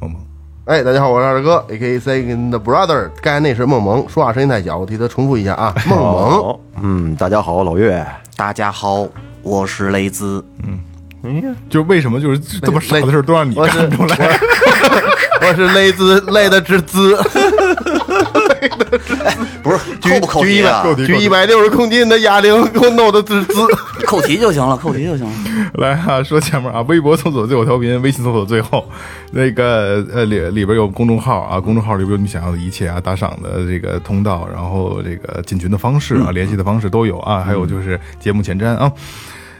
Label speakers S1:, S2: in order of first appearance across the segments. S1: 萌萌。
S2: 哎，大家好，我是二哥，A K Second Brother。刚才那是梦萌，说话声音太小，我替他重复一下 啊，梦萌。
S3: 嗯，大家好，老
S1: 哎
S3: 岳。
S4: 大家好，我是 雷兹。
S1: 就是为什么就是这么傻的事儿都让你
S2: 我是
S1: 干出来？
S2: 我是勒 兹勒的之兹，
S4: 不是扣
S2: 举
S4: 不扣
S2: 举
S4: 题
S2: 一
S4: 啊？
S2: 百举一百六十公斤的哑铃 给我弄的之兹。
S4: 扣题就行了，扣题就 行了。
S1: 来啊，说前面啊，微博搜索最后调频，微信搜索最后， 那个呃里里边有公众号啊，公众号里边有你想要的一切啊，打赏的这个通道，然后这个进群的方式啊，联系的方式都有啊，还有就是节目前瞻啊。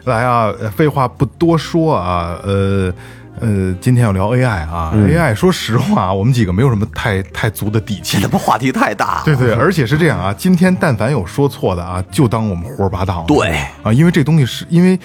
S1: 来啊，呃废话不多说啊，呃。呃，今天要聊 AI 啊、a i 说实话啊，我们几个没有什么太太足的底气
S4: 这他，妈话题太大了。
S1: 对对，而且是这样啊，今天但凡有说错的啊，就当我们胡说八道。
S4: 对
S1: 啊，因为这东西是因为。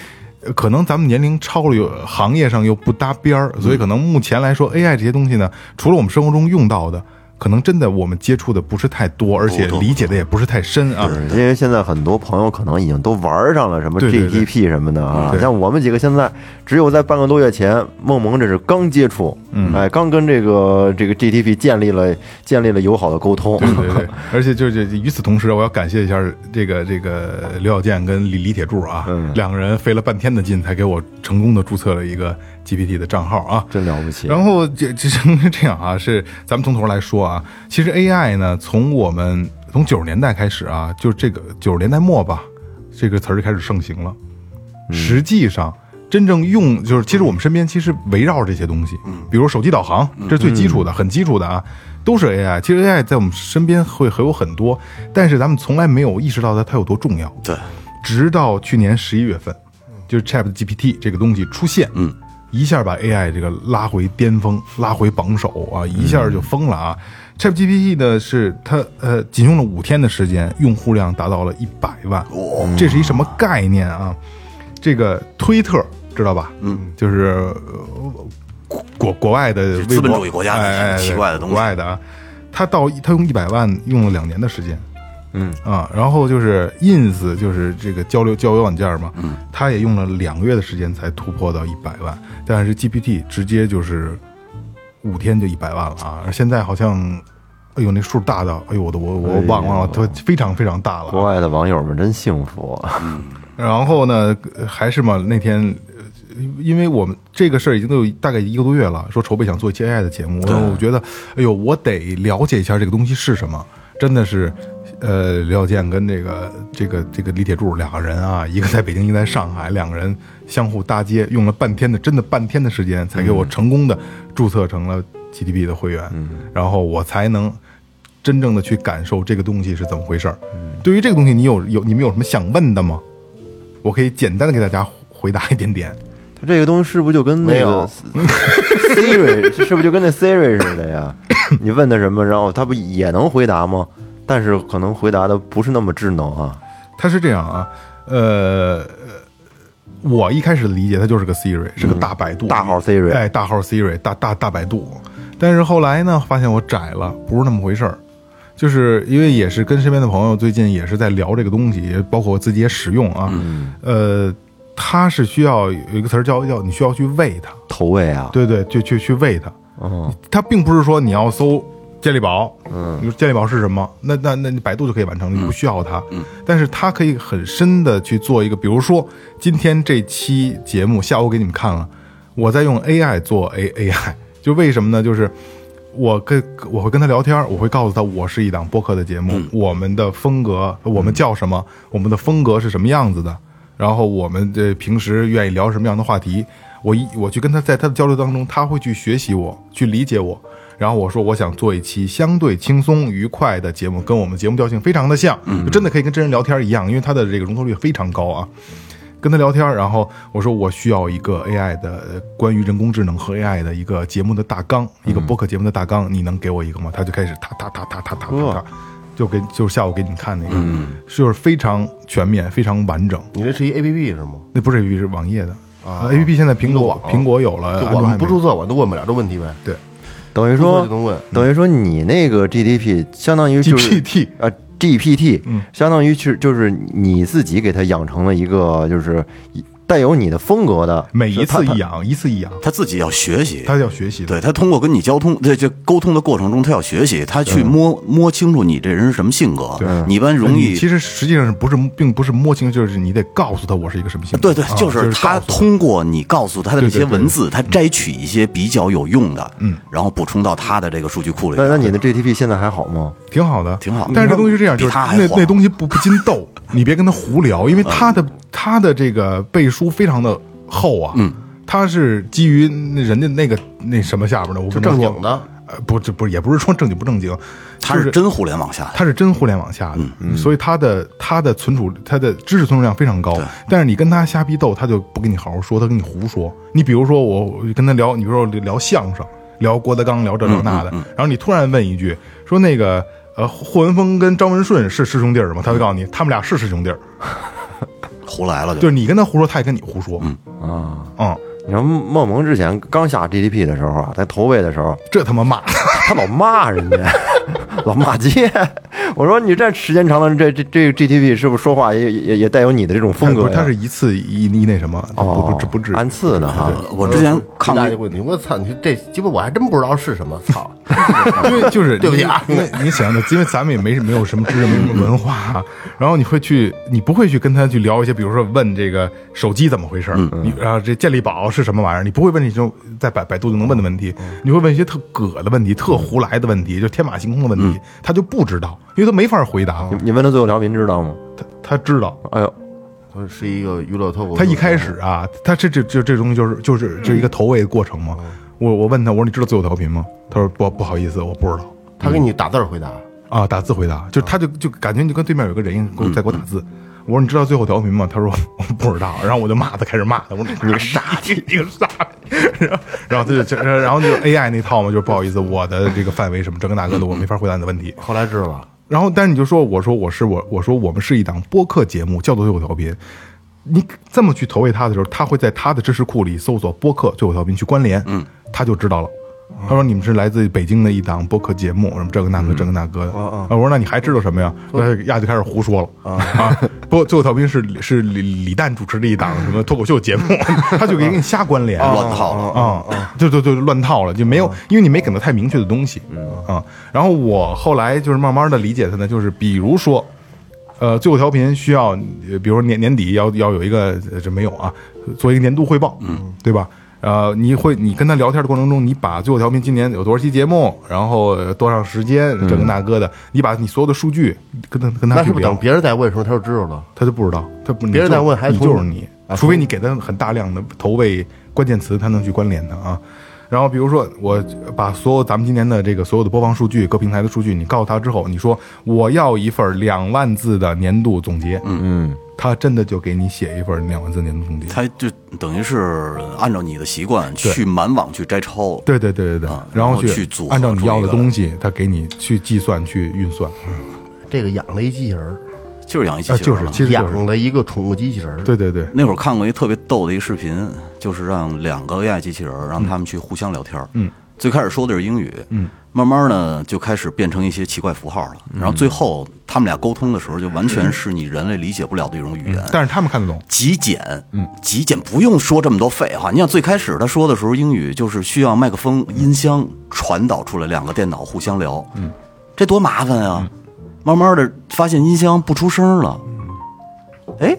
S1: 呃可能咱们年龄超了，有行业上又不搭边儿，所以可能目前来说，AI 这些东西呢，除了我们生活中用到的，可能真的我们接触的不是太多，而且理解的也不是太深啊。
S3: 因为现在很多朋友可能已经都玩上了什么
S1: 对对对
S3: GTP 什么的啊，
S1: 对
S3: 像我们几个现在只有在半个多月前，梦萌这是刚接触，
S1: 嗯
S3: 哎，刚跟这个这个 GTP 建立了建立了友好的沟通，
S1: 对对 对，而且就是与此同时，啊我要感谢一下这个这个刘小健跟李李铁柱啊，两个人费了半天的劲才给我成功的注册了一个 GPT 的账号啊，
S3: 真了不起。
S1: 然后这这这样啊，是咱们从头来说啊。其实 AI 呢，从我们从九十年代开始啊，就这个九十年代末吧，这个词儿就开始盛行了。实际上，真正用就是，其实我们身边其实围绕着这些东西，比如手机导航，这是最基础的，很基础的啊，都是 AI。其实 AI 在我们身边会会有很多，但是咱们从来没有意识到它它有多重要。
S4: 对，
S1: 直到去年十一月份，就是 Chat GPT 这个东西出现，嗯，一下把 AI 这个拉回巅峰，拉回榜首啊，一下就疯了啊。Chat GPT 呢是它呃，仅用了五天的时间，用户量达到了一百万，这是一什么概念啊？这个推特知道吧？嗯，就是呃国国国外的微博
S4: 资本主义国家的
S1: 哎哎哎
S4: 奇怪的东西
S1: 国外的啊，他到他用一百万用了两年的时间。
S4: 嗯
S1: 啊，然后就是 ins 就是这个交流交友软件嘛，嗯，它也用了两个月的时间才突破到一百万，但是 GPT 直接就是五天就一百万了啊！而现在好像，哎呦那数大到，哎呦我都我我忘了，它非常非常大了啊。
S3: 国外的网友们真幸福，
S1: 然后呢，呃还是嘛，那天，呃因为我们这个事儿已经都有大概一个多月了，说筹备想做一期 AI 的节目，然后我觉得，哎呦，我得了解一下这个东西是什么。真的是，呃，刘小健跟这个这个这个李铁柱两个人啊，一个在北京，一个在上海，两个人相互搭接，用了半天的，真的半天的时间，才给我成功的注册成了 GTP 的会员，然后我才能。真正的去感受这个东西是怎么回事儿。对于这个东西，你有有你们有什么想问的吗？我可以简单的给大家回答一点点。
S3: 它这个东西是不是就跟那
S2: 没
S3: 个
S2: 有
S3: Siri 是不是就跟那 Siri 似 的呀？你问他什么，然后他不也能回答吗？但是可能回答的不是那么智能啊。
S1: 它是这样啊，呃，我一开始理解它就是个 Siri，是个大百度，
S3: 嗯大号 Siri
S1: 哎，大号 Siri，大大大百度。但是后来呢，发现我窄了，不是那么回事儿。就是因为也是跟身边的朋友最近也是在聊这个东西，包括我自己也使用啊，
S3: 嗯
S1: 呃，它是需要有一个词儿叫叫你需要去喂它，
S3: 投喂啊，
S1: 对对，就去去喂它。
S3: 嗯，
S1: 它并不是说你要搜健力宝，嗯，你说健力宝是什么？那那那你百度就可以完成了，你不需要它。嗯，但是它可以很深的去做一个，比如说今天这期节目下午给你们看了，我在用 AI 做 A AI，就为什么呢？就是。我跟我会跟他聊天，我会告诉他我是一档播客的节目，我们的风格，我们叫什么，我们的风格是什么样子的，然后我们这平时愿意聊什么样的话题，我一我去跟他在他的交流当中，他会去学习我，去理解我。然后我说我想做一期相对轻松愉快的节目，跟我们节目调性非常的像，就真的可以跟真人聊天一样，因为它的这个容错率非常高啊。跟他聊天，然后我说我需要一个 AI 的呃关于人工智能和 AI 的一个节目的大纲，一个播客节目的大纲，你能给我一个吗？他就开始哒哒哒哒哒哒哒哒，就给就是下午给你看那个，就是非常全面、非常完整。
S2: 你这是一 A P P 是吗？
S1: 那不是 A P P 是网页的啊，A P P 现在苹果
S2: 网
S1: 苹果有了，
S2: 就
S1: 安
S2: 我
S1: 卓还
S2: 们
S1: 没
S2: 不注册，我都问不了这问题呗。
S1: 对
S3: 等于
S2: 不注册
S3: 说
S2: 就能问，
S3: 等于说你那个 GDP 相当于就是
S1: GPT
S3: 啊 GPT，
S1: 嗯
S3: 相当于是就是你自己给它养成了一个就是带有你的风格的，
S1: 每一次
S3: 它
S1: 一养，一次一养，
S4: 他自己要学习，
S1: 他要学习的。
S4: 对他通过跟你交通这这沟通的过程中，他要学习，他去摸摸清楚你这人是什么性格，你一般容易
S1: 你其实实际上是不是并不是摸清，就是你得告诉他我是一个什么性格。
S4: 对对
S1: 啊，就
S4: 就是他
S1: 告诉
S4: 通过你告诉他的这
S1: 对
S4: 些
S1: 对对
S4: 文字，他摘取一些比较有用的，嗯，然后补充到他的这个数据库里
S3: 那
S1: 嗯
S4: 边。
S3: 那你的 GDP 现在还好吗？
S1: 挺好的，
S4: 挺好的
S1: 但是这东西是这样，
S4: 比
S1: 就是
S4: 他还
S1: 那
S4: 黄嗯
S1: 那东西不不禁逗， 你别跟他胡聊，因为他的他的这个背书非常的厚啊，嗯，他是基于那人家那个那什么下边的，我不
S2: 就正
S1: 能说
S2: 经，的，
S1: 呃，不这不是也不是说正经不正经，
S4: 他
S1: 就是
S4: 真互联网下的，
S1: 它是真互联网下的，
S3: 嗯
S1: 所以它的它的存储它的知识存储量非常高。但是你跟他瞎逼斗，他就不跟你好好说，他跟你胡说。你比如说我我跟他聊，你比如说聊相声，聊郭德纲，聊这聊那的，
S3: 嗯
S1: 然后你突然问一句，说那个呃霍文峰跟张文顺是师兄弟儿吗？他会告诉你，他们俩是师兄弟儿。
S4: 胡来了
S1: 就
S4: 就是
S1: 你跟他胡说，他也跟你胡说。嗯
S3: 啊，
S1: 嗯，
S3: 你知道梦萌之前刚下 GDP 的时候啊，在投喂的时候，
S1: 这他妈骂，
S3: 他老骂人家， 老骂街。我说你这时间长了，这这这个 GDP 是不是说话也也也带有你的这种风格
S1: 不
S3: 呀？
S1: 是他是一次一一那什么，不
S3: 哦，
S1: 不这不至于。
S3: 按次的哈。
S4: 我之前看
S2: 看
S4: 过
S2: 大一个问题，我操，你这鸡巴我还真不知道是什么，操！
S1: 因为就是
S2: 对不起啊
S1: 因为你想的，因为咱们也没没有什么知识，没什么文化啊，然后你会去，你不会去跟他去聊一些，比如说问这个手机怎么回事儿，你啊这健力宝是什么玩意儿，你不会问这种在百百度就能问的问题，你会问一些特葛的问题、特胡来的问题，就天马行空的问题，他就不知道，因为他没法回答，
S3: 你你问他最后调频知道吗？
S1: 他他知道。
S3: 哎呦，
S2: 他是一个娱乐脱口秀，
S1: 他一开始啊，他这这这这东西就是就是这一个投喂的过程嘛。我我问他，我说你知道最后调频吗？他说不不好意思，我不知道。
S2: 他给你打字儿回答，
S1: 啊，打字回答，就他就就感觉就跟对面有个人一样给我在给我打字。我说你知道最后调频吗？他说我不知道，然后我就骂他，开始骂他，我说你个傻逼，你个傻逼，然后然后他就就然后就 AI 那套嘛，就是不好意思，我的这个范围什么这个那个的，我没法回答你的问题。
S2: 后来知道了，
S1: 然后但是你就说我说我是我我说我们是一档播客节目，叫做最后调频。你这么去投喂他的时候，他会在他的知识库里搜索播客最后调频去关联，嗯，他就知道了。他说你们是来自北京的一档播客节目，什么这个那个这个那个的。啊，我说那你还知道什么呀？他呀就开始胡说了啊！不过最后调频是是李李诞主持的一档什么脱口秀节目， 他就给你瞎关联，
S4: 乱套了。
S1: 啊、对对对，乱套了，就没有，
S2: 嗯
S1: 因为你没给他太明确的东西，啊、然后我后来就是慢慢的理解他呢，就是比如说，呃，最后调频需要，呃比如说年年底要要有一个呃这没有啊，做一个年度汇报，嗯，对吧？呃，你会你跟他聊天的过程中，你把最后调频今年有多少期节目，然后呃多长时间，这个那个的，你把你所有的数据跟他跟
S2: 嗯
S1: 他
S2: 那
S1: 去
S2: 是不是
S1: 聊
S2: 等，别人再问的时候他就知道了？
S1: 他就不知道，他不
S2: 别人
S1: 你就
S2: 在问还
S1: 你
S2: 从
S1: 就是你，啊除非你给他很大量的投喂关键词，他能去关联他啊。然后比如说，我把所有咱们今年的这个所有的播放数据、各平台的数据，你告诉他之后，你说我要一份两万字的年度总结，嗯，他真的就给你写一份两万字年度总结。
S4: 他就等于是按照你的习惯去满网去摘抄，
S1: 对对对对对
S4: 啊，
S1: 然
S4: 然
S1: 后
S4: 后
S1: 去
S4: 去组合
S1: 按照你
S4: 出
S1: 要
S4: 一
S1: 的
S4: 个
S1: 东西，他给你去计算、去运算，
S2: 这个养了一机器人儿，
S4: 就是养一
S1: 啊，
S4: 机器
S1: 就
S4: 人
S1: 是
S4: 嘛。
S1: 其实就是
S2: 养了一个宠物机器人儿，
S1: 对对对，
S4: 那会儿看过一特别逗的一个视频，就是让两个 AI 机器人儿让他们去互相聊天。嗯，最开始说的是英语，嗯，慢慢呢就开始变成一些奇怪符号了。然后最后他们俩沟通的时候，就完全是你人类理解不了的一种语言。
S1: 但是他们看得懂，
S4: 极简，嗯，极简不用说这么多废话。你想最开始他说的时候，英语就是需要麦克风、音箱传导出来，两个电脑互相聊，嗯，这多麻烦
S1: 嗯
S4: 呀。慢慢的发现音箱不出声了，
S1: 嗯
S4: 哎，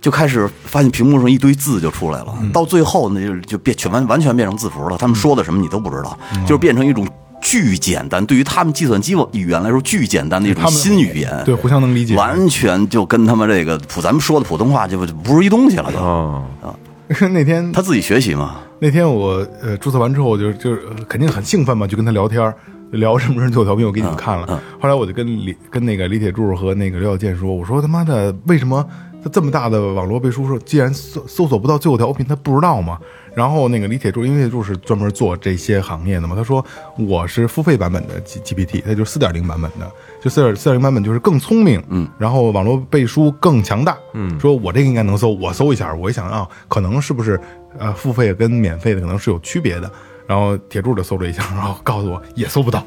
S4: 就开始发现屏幕上一堆字就出来了。
S1: 嗯
S4: 到最后呢，就就变全完完全变成字符了。他们说的什么你都不知道，
S1: 嗯
S4: 就是变成一种巨简单，对于他们计算机语言来说巨简单的一种
S1: 他们
S4: 新语言。
S1: 对互相能理解。
S4: 完全就跟他们这个普咱们说的普通话就不是一东西了，就
S1: 哦
S3: 啊，
S1: 那天
S4: 他自己学习嘛，
S1: 那天我呃注册完之后就，就是呃肯定很兴奋嘛，就跟他聊天儿，聊什么人做调频，我给嗯你们看了。后来我就跟李跟那个李铁柱和那个刘小健说，我说他妈的为什么他这么大的网络背书说，既然搜搜索不到最后一条 open，他不知道吗？然后那个李铁柱，因为铁柱是专门做这些行业的嘛，他说我是付费版本的 G GPT，它就是四点零版本的，就四点四点零版本就是更聪明，嗯，然后网络背书更强大，嗯，说我这个应该能搜，我搜一下，我一想啊，可能是不是呃付费跟免费的可能是有区别的。然后铁柱就搜了一下，然后告诉我也搜不 到。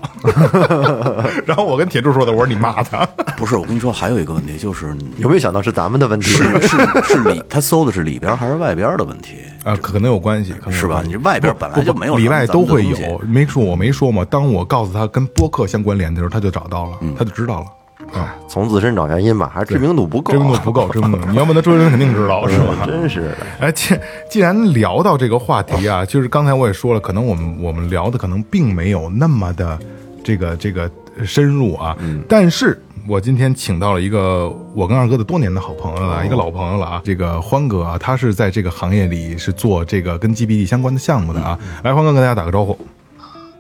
S1: 然后我跟铁柱说的，我说你骂他。
S4: 不是，我跟你说，还有一个问题就是你
S3: 有没有想到是咱们的问题？
S4: 是是是里，他搜的是里边还是外边的问题，
S1: 啊，可能有关系，可能有
S4: 是吧
S1: 关？系
S4: 你这外边本来就没有什
S1: 里
S4: 么
S1: 外
S4: 咱
S1: 都
S4: 们的
S1: 会
S4: 东西
S1: 有，没说我没说嘛。当我告诉他跟播客相关联的时候，他就找到
S4: 嗯
S1: 了，他就知道了。啊，
S3: 从自身找原因吧，还是知名度不够？啊
S1: 知名度不够，知名度。你要问他周杰伦，肯定知道，是吧？
S3: 真是的。
S1: 哎，既既然聊到这个话题啊，就是刚才我也说了，可能我们我们聊的可能并没有那么的这个这个深入啊，但是我今天请到了一个我跟二哥的多年的好朋友了，一个老朋友了啊，这个欢哥啊，他是在这个行业里是做这个跟 GBD 相关的项目的啊，来，欢哥跟大家打个招呼。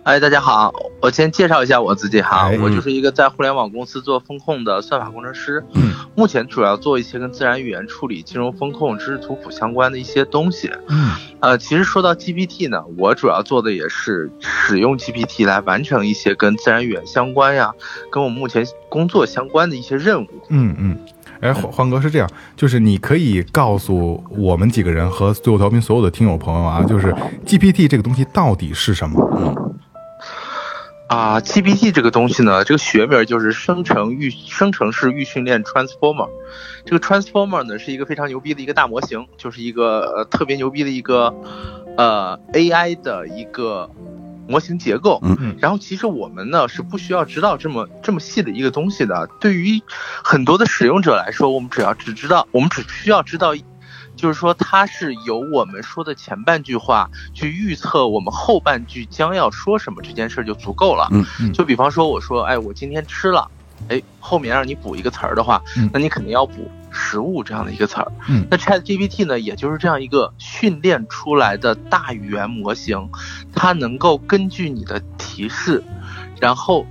S5: 哎，大家好，我先介绍一下我自己哈，
S1: 哎
S5: 我就是一个在互联网公司做风控的算法工程师，
S1: 嗯
S5: 目前主要做一些跟自然语言处理、金融风控、知识图谱相关的一些东西。
S1: 嗯，
S5: 呃，其实说到 GPT 呢，我主要做的也是使用 GPT 来完成一些跟自然语言相关呀，跟我目前工作相关的一些任务。
S1: 嗯嗯，哎，欢欢哥是这样，就是你可以告诉我们几个人和最后调频所有的听友朋友啊，就是 GPT 这个东西到底是什么？
S5: 啊、g p t 这个东西呢，这个学名就是生成预生成式预训练 transformer。这个 transformer 呢是一个非常牛逼的一个大模型，就是一个呃特别牛逼的一个呃 AI 的一个模型结构。
S4: 嗯
S1: 嗯
S5: 然后其实我们呢是不需要知道这么这么细的一个东西的。对于很多的使用者来说，我们只要只知道，我们只需要知道。就是说，它是由我们说的前半句话去预测我们后半句将要说什么这件事儿就足够了。
S4: 嗯
S1: 嗯
S5: 就比方说，我说，哎，我今天吃了，哎，后面让你补一个词儿的话
S1: 嗯，
S5: 那你肯定要补食物这样的一个词儿。
S1: 嗯
S5: 那 Chat GPT 呢，也就是这样一个训练出来的大语言模型，它能够根据你的提示，然后。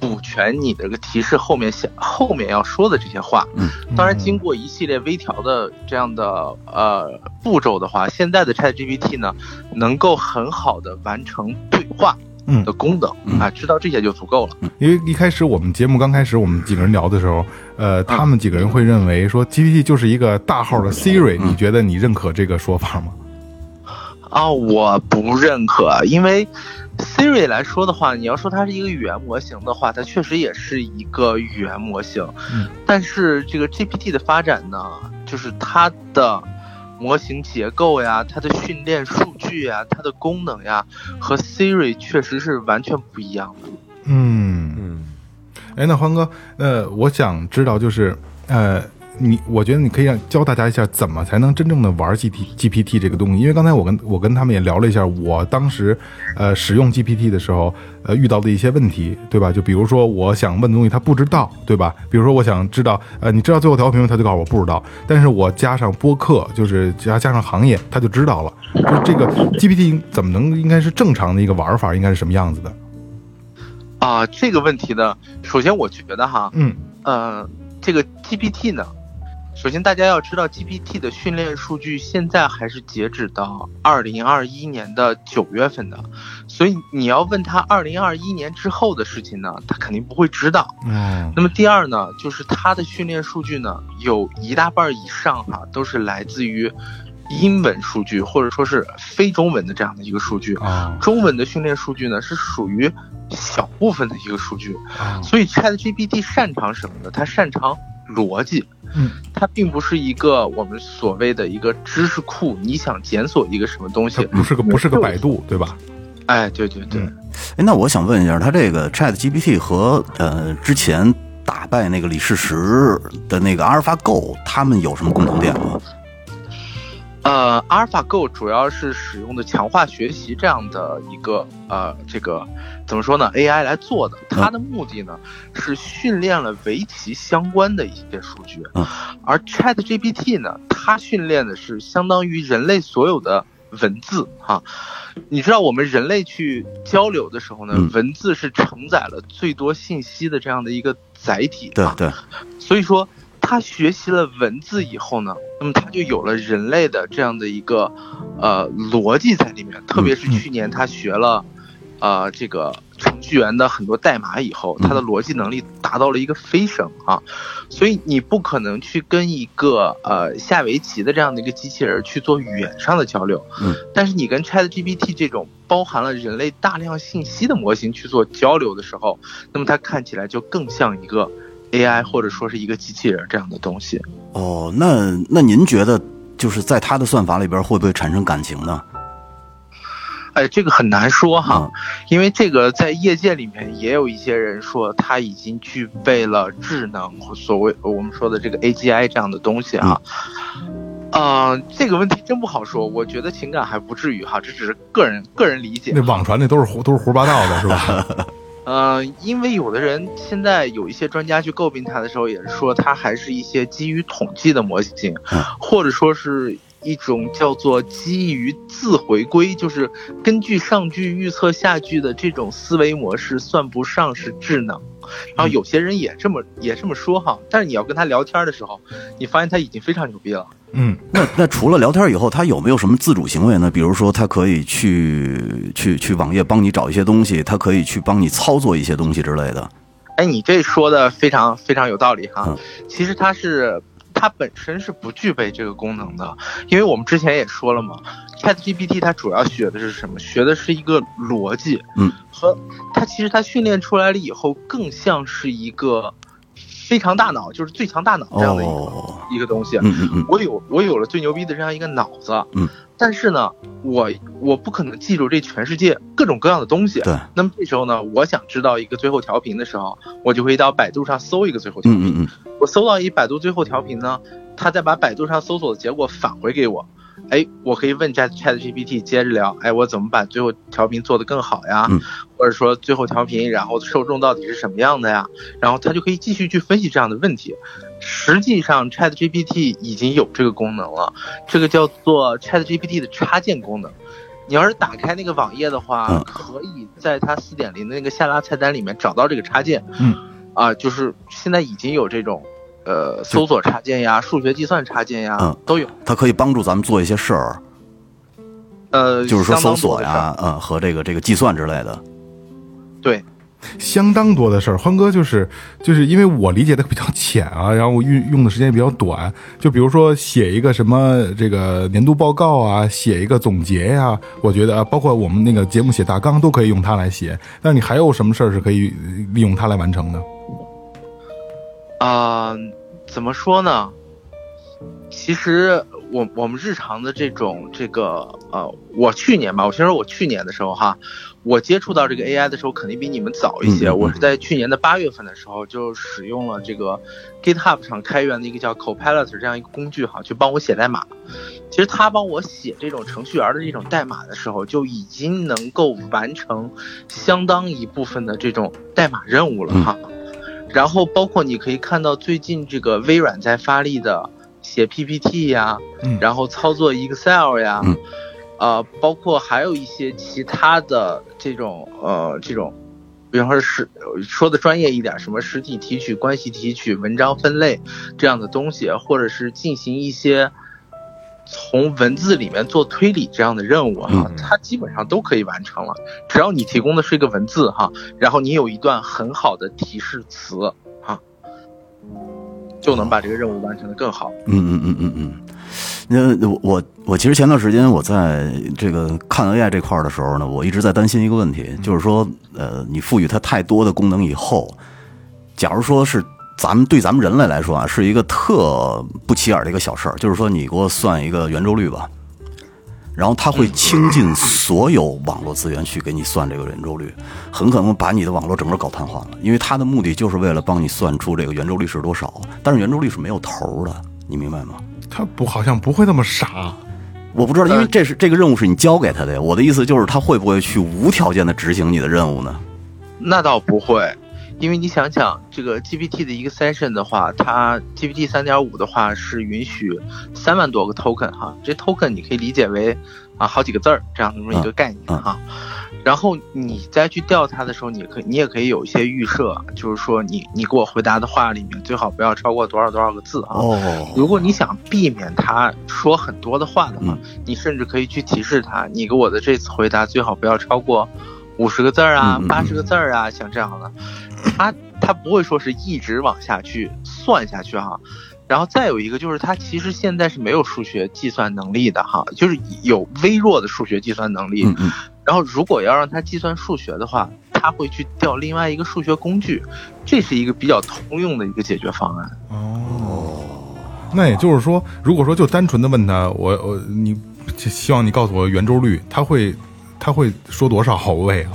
S5: 补全你的这个提示后面想后面要说的这些话，
S1: 嗯
S5: 当然，经过一系列微调的这样的呃步骤的话，现在的 ChatGPT 呢，能够很好的完成对话
S1: 嗯
S5: 的功能、
S4: 嗯
S5: 啊，知道这些就足够了。
S1: 因为一开始我们节目刚开始，我们几个人聊的时候，呃，他们几个人会认为说 GPT 就是一个大号的 Siri，、你觉得你认可这个说法吗？
S5: 啊，我不认可，因为 Siri 来说的话，你要说它是一个语言模型的话，它确实也是一个语言模型。
S1: 嗯、
S5: 但是这个 GPT 的发展呢，就是它的模型结构呀、它的训练数据呀、它的功能呀，和 Siri 确实是完全不一样的。
S1: 嗯，
S3: 嗯，
S1: 哎，那欢哥，呃，我想知道就是，呃，你我觉得你可以让教大家一下怎么才能真正的玩 G T G P T 这个东西，因为刚才我跟我跟他们也聊了一下，我当时呃使用 G P T 的时候，呃遇到的一些问题，对吧？就比如说我想问的东西他不知道，对吧？比如说我想知道，呃，你知道最后调频吗？他就告诉我不知道，但是我加上播客，就是加加上行业，他就知道了。就这个 GPT 怎么能应该是正常的一个玩法，应该是什么样子的？
S5: 啊，这个问题呢，首先我觉得哈，
S1: 嗯
S5: 呃，这个 GPT 呢，首先大家要知道 GPT 的训练数据现在还是截止到二零二一年的九月份的，所以你要问他二零二一年之后的事情呢，他肯定不会知道。
S1: 哦
S5: 那么第二呢，就是它的训练数据呢，有一大半以上哈、都是来自于英文数据或者说是非中文的这样的一个数据。
S1: 啊
S5: 中文的训练数据呢是属于小部分的一个数据，
S1: 啊
S5: 所以 ChatGPT 擅长什么呢？它擅长逻辑，
S1: 嗯，
S5: 它并不是一个我们所谓的一个知识库，你想检索一个什么东
S1: 它
S5: 西，
S1: 不是个不是个百度，对吧？
S5: 哎，对对对，
S4: 哎，那我想问一下，他这个 Chat GPT 和呃之前打败那个李世石的那个 AlphaGo，他们有什么共同点吗？
S5: 呃，AlphaGo 主要是使用的强化学习这样的一个呃，这个怎么说呢？AI 来做
S4: 嗯
S5: 的，它的目的呢是训练了围棋相关的一些数据
S4: 嗯，
S5: 而 ChatGPT 呢，它训练的是相当于人类所有的文字哈、你知道我们人类去交流的时候呢
S4: 嗯，
S5: 文字是承载了最多信息的这样的一个载体、啊，
S4: 对对，
S5: 所以说他学习了文字以后呢，那么他就有了人类的这样的一个呃逻辑在里面。特别是去年他学了、呃这个程序员的很多代码以后，他的逻辑能力达到了一个飞升啊。所以你不可能去跟一个呃下围棋的这样的一个机器人去做语言上的交流，
S4: 嗯，
S5: 但是你跟 ChatGPT 这种包含了人类大量信息的模型去做交流的时候，那么它看起来就更像一个 AI 或者说是一个机器人这样的东西。
S4: 哦，那那您觉得就是在他的算法里边会不会产生感情呢？
S5: 哎，这个很难说哈，因为这个在业界里面也有一些人说它已经具备了智能，所谓我们说的这个 AGI 这样的东西啊。呃，这个问题真不好说，我觉得情感还不至于哈，这只是个人个人理解。
S1: 那网传那都是胡都是胡说八道的，是吧？
S5: 呃，因为有的人现在有一些专家去诟病它的时候，也是说它还是一些基于统计的模型，或者说是一种叫做基于自回归，就是根据上句预测下句的这种思维模式，算不上是智能。然后有些人也这么也这么说哈，但是你要跟他聊天的时候，你发现他已经非常牛逼了。
S1: 嗯，
S4: 那那除了聊天以后，他有没有什么自主行为呢？比如说，他可以去去去网页帮你找一些东西，他可以去帮你操作一些东西之类的。
S5: 哎，你这说的非常非常有道理哈
S4: 嗯。
S5: 其实它是它本身是不具备这个功能的，因为我们之前也说了嘛，ChatGPT 它主要学的是什么？学的是一个逻辑，
S4: 嗯，
S5: 和它其实它训练出来了以后，更像是一个非常大脑，就是最强大脑这样的一个、
S4: 哦，
S5: 一个东西。
S4: 嗯嗯嗯，
S5: 我有我有了最牛逼的这样一个脑子，
S4: 嗯，
S5: 但是呢，我我不可能记住这全世界各种各样的东西，
S4: 对，
S5: 那么这时候呢，我想知道一个最后调频的时候，我就会到百度上搜一个最后调
S4: 嗯
S5: 频。
S4: 嗯嗯，
S5: 我搜到一百度最后调频呢，它再把百度上搜索的结果返回给我。哎，我可以问 Chat Chat GPT 接着聊，哎，我怎么把最后调频做得更好呀？
S4: 嗯
S5: 或者说最后调频，然后受众到底是什么样的呀？然后它就可以继续去分析这样的问题。实际上，Chat GPT 已经有这个功能了，这个叫做 Chat GPT 的插件功能。你要是打开那个网页的话，
S4: 嗯
S5: 可以在它四点零的那个下拉菜单里面找到这个插件。
S1: 嗯，
S5: 啊，就是现在已经有这种呃搜索插件呀、数学计算插件呀、
S4: 嗯
S5: 都有。
S4: 他可以帮助咱们做一些事儿，
S5: 呃，
S4: 就是说
S5: 相当
S4: 搜
S5: 多
S4: 索
S5: 的事儿
S4: 呀，嗯，和这个这个计算之类的。
S5: 对，
S1: 相当多的事儿。欢哥就是就是因为我理解的比较浅啊，然后我运用的时间也比较短，就比如说写一个什么这个年度报告啊，写一个总结呀、我觉得啊，包括我们那个节目写大纲都可以用它来写。那你还有什么事儿是可以利用它来完成的？
S5: 啊、怎么说呢？其实我我们日常的这种这个呃，我去年吧，我先说我去年的时候哈，我接触到这个 AI 的时候肯定比你们早一些。
S4: 嗯嗯嗯
S5: 我是在去年的八月份的时候就使用了这个 GitHub 上开源的一个叫 Copilot 这样一个工具哈，去帮我写代码。其实它帮我写这种程序员的这种代码的时候，就已经能够完成相当一部分的这种代码任务了
S4: 嗯
S5: 哈。然后包括你可以看到最近这个微软在发力的写 PPT 呀，
S1: 嗯
S5: 然后操作 Excel 呀，
S4: 嗯
S5: 呃，包括还有一些其他的这种呃这种，比方说是说的专业一点，什么实体提取、关系提取、文章分类这样的东西，或者是进行一些。从文字里面做推理这样的任务哈，它基本上都可以完成了，只要你提供的是一个文字哈，然后你有一段很好的提示词啊，就能把这个任务完成的更好。
S4: 嗯嗯嗯嗯嗯。那我我我其实前段时间我在这个看 AI 这块儿的时候呢，我一直在担心一个问题，就是说，呃，你赋予它太多的功能以后，假如说是咱们对咱们人类来说啊，是一个特不起眼的一个小事儿，就是说你给我算一个圆周率吧，然后它会倾尽所有网络资源去给你算这个圆周率，很可能把你的网络整个搞瘫痪了，因为它的目的就是为了帮你算出这个圆周率是多少，但是圆周率是没有头儿的，你明白吗？
S1: 它不好像不会那么傻，
S4: 我不知道，因为这是这个任务是你交给他的呀。我的意思就是，他会不会去无条件的执行你的任务呢？
S5: 那倒不会，因为你想想，这个 GPT 的一个 session 的话，它 GPT 三点五的话是允许三万多个 token 哈，这 token 你可以理解为啊好几个字儿这样的这么一个概念哈。然后你再去调它的时候，你可你也可以有一些预设，就是说你你给我回答的话里面最好不要超过多少多少个字啊。
S4: 哦，
S5: 如果你想避免他说很多的话的话，
S4: 嗯
S5: 你甚至可以去提示他，你给我的这次回答最好不要超过五十个字儿啊
S4: 嗯嗯嗯、
S5: 八十、个字儿啊，像这样的，他他不会说是一直往下去算下去哈。然后再有一个就是，他其实现在是没有数学计算能力的哈，就是有微弱的数学计算能力。
S4: 嗯嗯，
S5: 然后如果要让他计算数学的话，他会去调另外一个数学工具，这是一个比较通用的一个解决方案。
S1: 哦那也就是说，如果说就单纯的问他，我我你希望你告诉我圆周率，他会他会说多少毫位啊？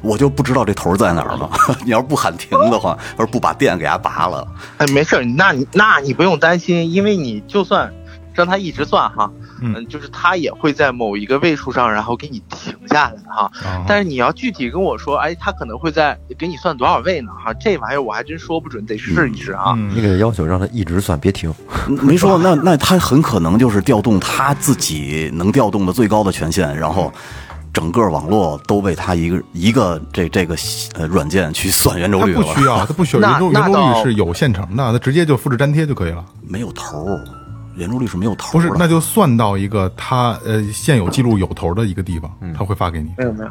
S4: 我就不知道这头儿在哪儿了。 你要是不喊停的话，要是不把电给它拔了，
S5: 哎，没事儿，那你那你不用担心，因为你就算让他一直算哈，
S1: 嗯
S5: 就是他也会在某一个位数上，然后给你停下来哈。
S1: 啊
S5: 但是你要具体跟我说，哎，他可能会在给你算多少位呢？哈，这玩意儿我还真说不准，得试一试啊。
S1: 嗯
S3: 你给他要求让他一直算，别停。
S4: 没说那那他很可能就是调动他自己能调动的最高的权限，然后整个网络都被他一个一个这这个呃软件去算圆周
S1: 他
S4: 率
S1: 不
S4: 了，
S1: 需要，他不需要
S5: 嗯那
S1: 圆周
S5: 那
S1: 圆周率
S5: 倒
S1: 是有现成的，他直接就复制粘贴就可以了。
S4: 没有头儿，圆周率是没有头
S1: 不
S4: 儿啊
S1: 是
S4: 的。，
S1: 那就算到一个他呃现有记录有头的一个地方，他会发给你。
S5: 没有没有，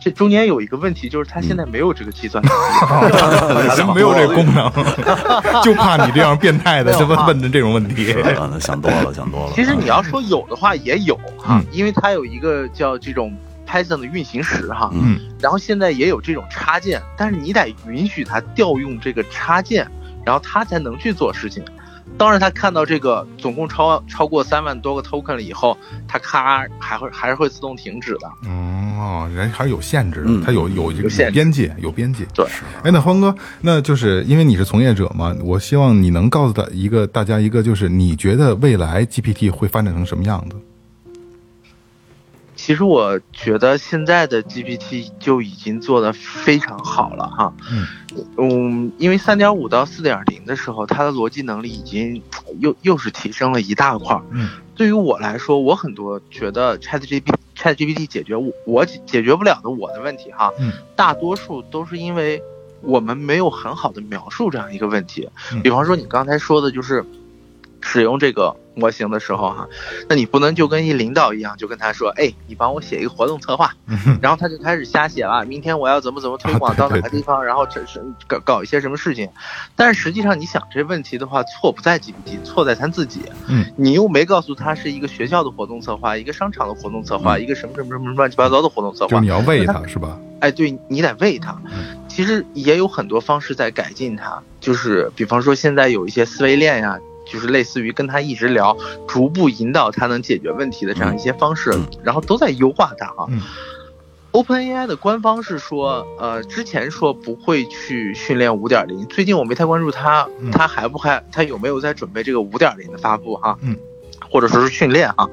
S5: 这中间有一个问题，就是他
S1: 嗯
S5: 现在没有这个计算能力。
S1: 没有这功能， 就怕你这样变态的什么问的这种问题。
S4: 啊那想多了，想多了。
S5: 其实你要说有的话也有哈，
S1: 嗯
S5: 因为它有一个叫这种 Python 的运行时哈，
S4: 嗯，
S5: 然后现在也有这种插件，但是你得允许它调用这个插件，然后它才能去做事情。当然，他看到这个总共超超过三万多个 token 了以后，它咔还会还是会自动停止的。
S1: 嗯哦，人还是有限制的
S4: 嗯，
S1: 它有有一个
S5: 有限制
S1: 边界，有边界。
S5: 对，
S1: 哎，那欢哥，那就是因为你是从业者嘛，我希望你能告诉大一个大家一个，就是你觉得未来 GPT 会发展成什么样 子？
S5: 其实我觉得现在的 GPT 就已经做得非常好了哈。
S1: 嗯
S5: 嗯，因为三点五到四点零的时候，它的逻辑能力已经呃又又是提升了一大块。
S1: 嗯，
S5: 对于我来说，我很多觉得 ChatGPT ChatGPT 解决我我解解决不了的我的问题哈。
S1: 嗯，
S5: 大多数都是因为我们没有很好的描述这样一个问题。
S1: 嗯
S5: 比方说你刚才说的就是使用这个模型的时候哈，那你不能就跟一领导一样，就跟他说，哎，你帮我写一个活动策划，然后他就开始瞎写了，明天我要怎么怎么推广
S1: 啊对
S5: 到哪个
S1: 对对
S5: 地方，然后这是搞搞一些什么事情。但是实际上你想这问题的话，错不在 GPT，错在他自己。
S1: 嗯，
S5: 你又没告诉他是一个学校的活动策划，一个商场的活动策划，一个什么什么什么乱七八糟的活动策
S1: 嗯就
S5: 划
S1: 是你。要喂它是吧？
S5: 哎，对你得喂它。
S1: 嗯
S5: 其实也有很多方式在改进它，就是比方说现在有一些思维链呀、就是类似于跟他一直聊，逐步引导他能解决问题的这样一些方式，然后都在优化它啊。
S1: 嗯
S5: OpenAI 的官方是说，呃，之前说不会去训练五点零，最近我没太关注它
S1: 嗯，
S5: 它还不还它有没有在准备这个五点零的发布哈、啊
S1: 嗯，
S5: 或者说是训练啊。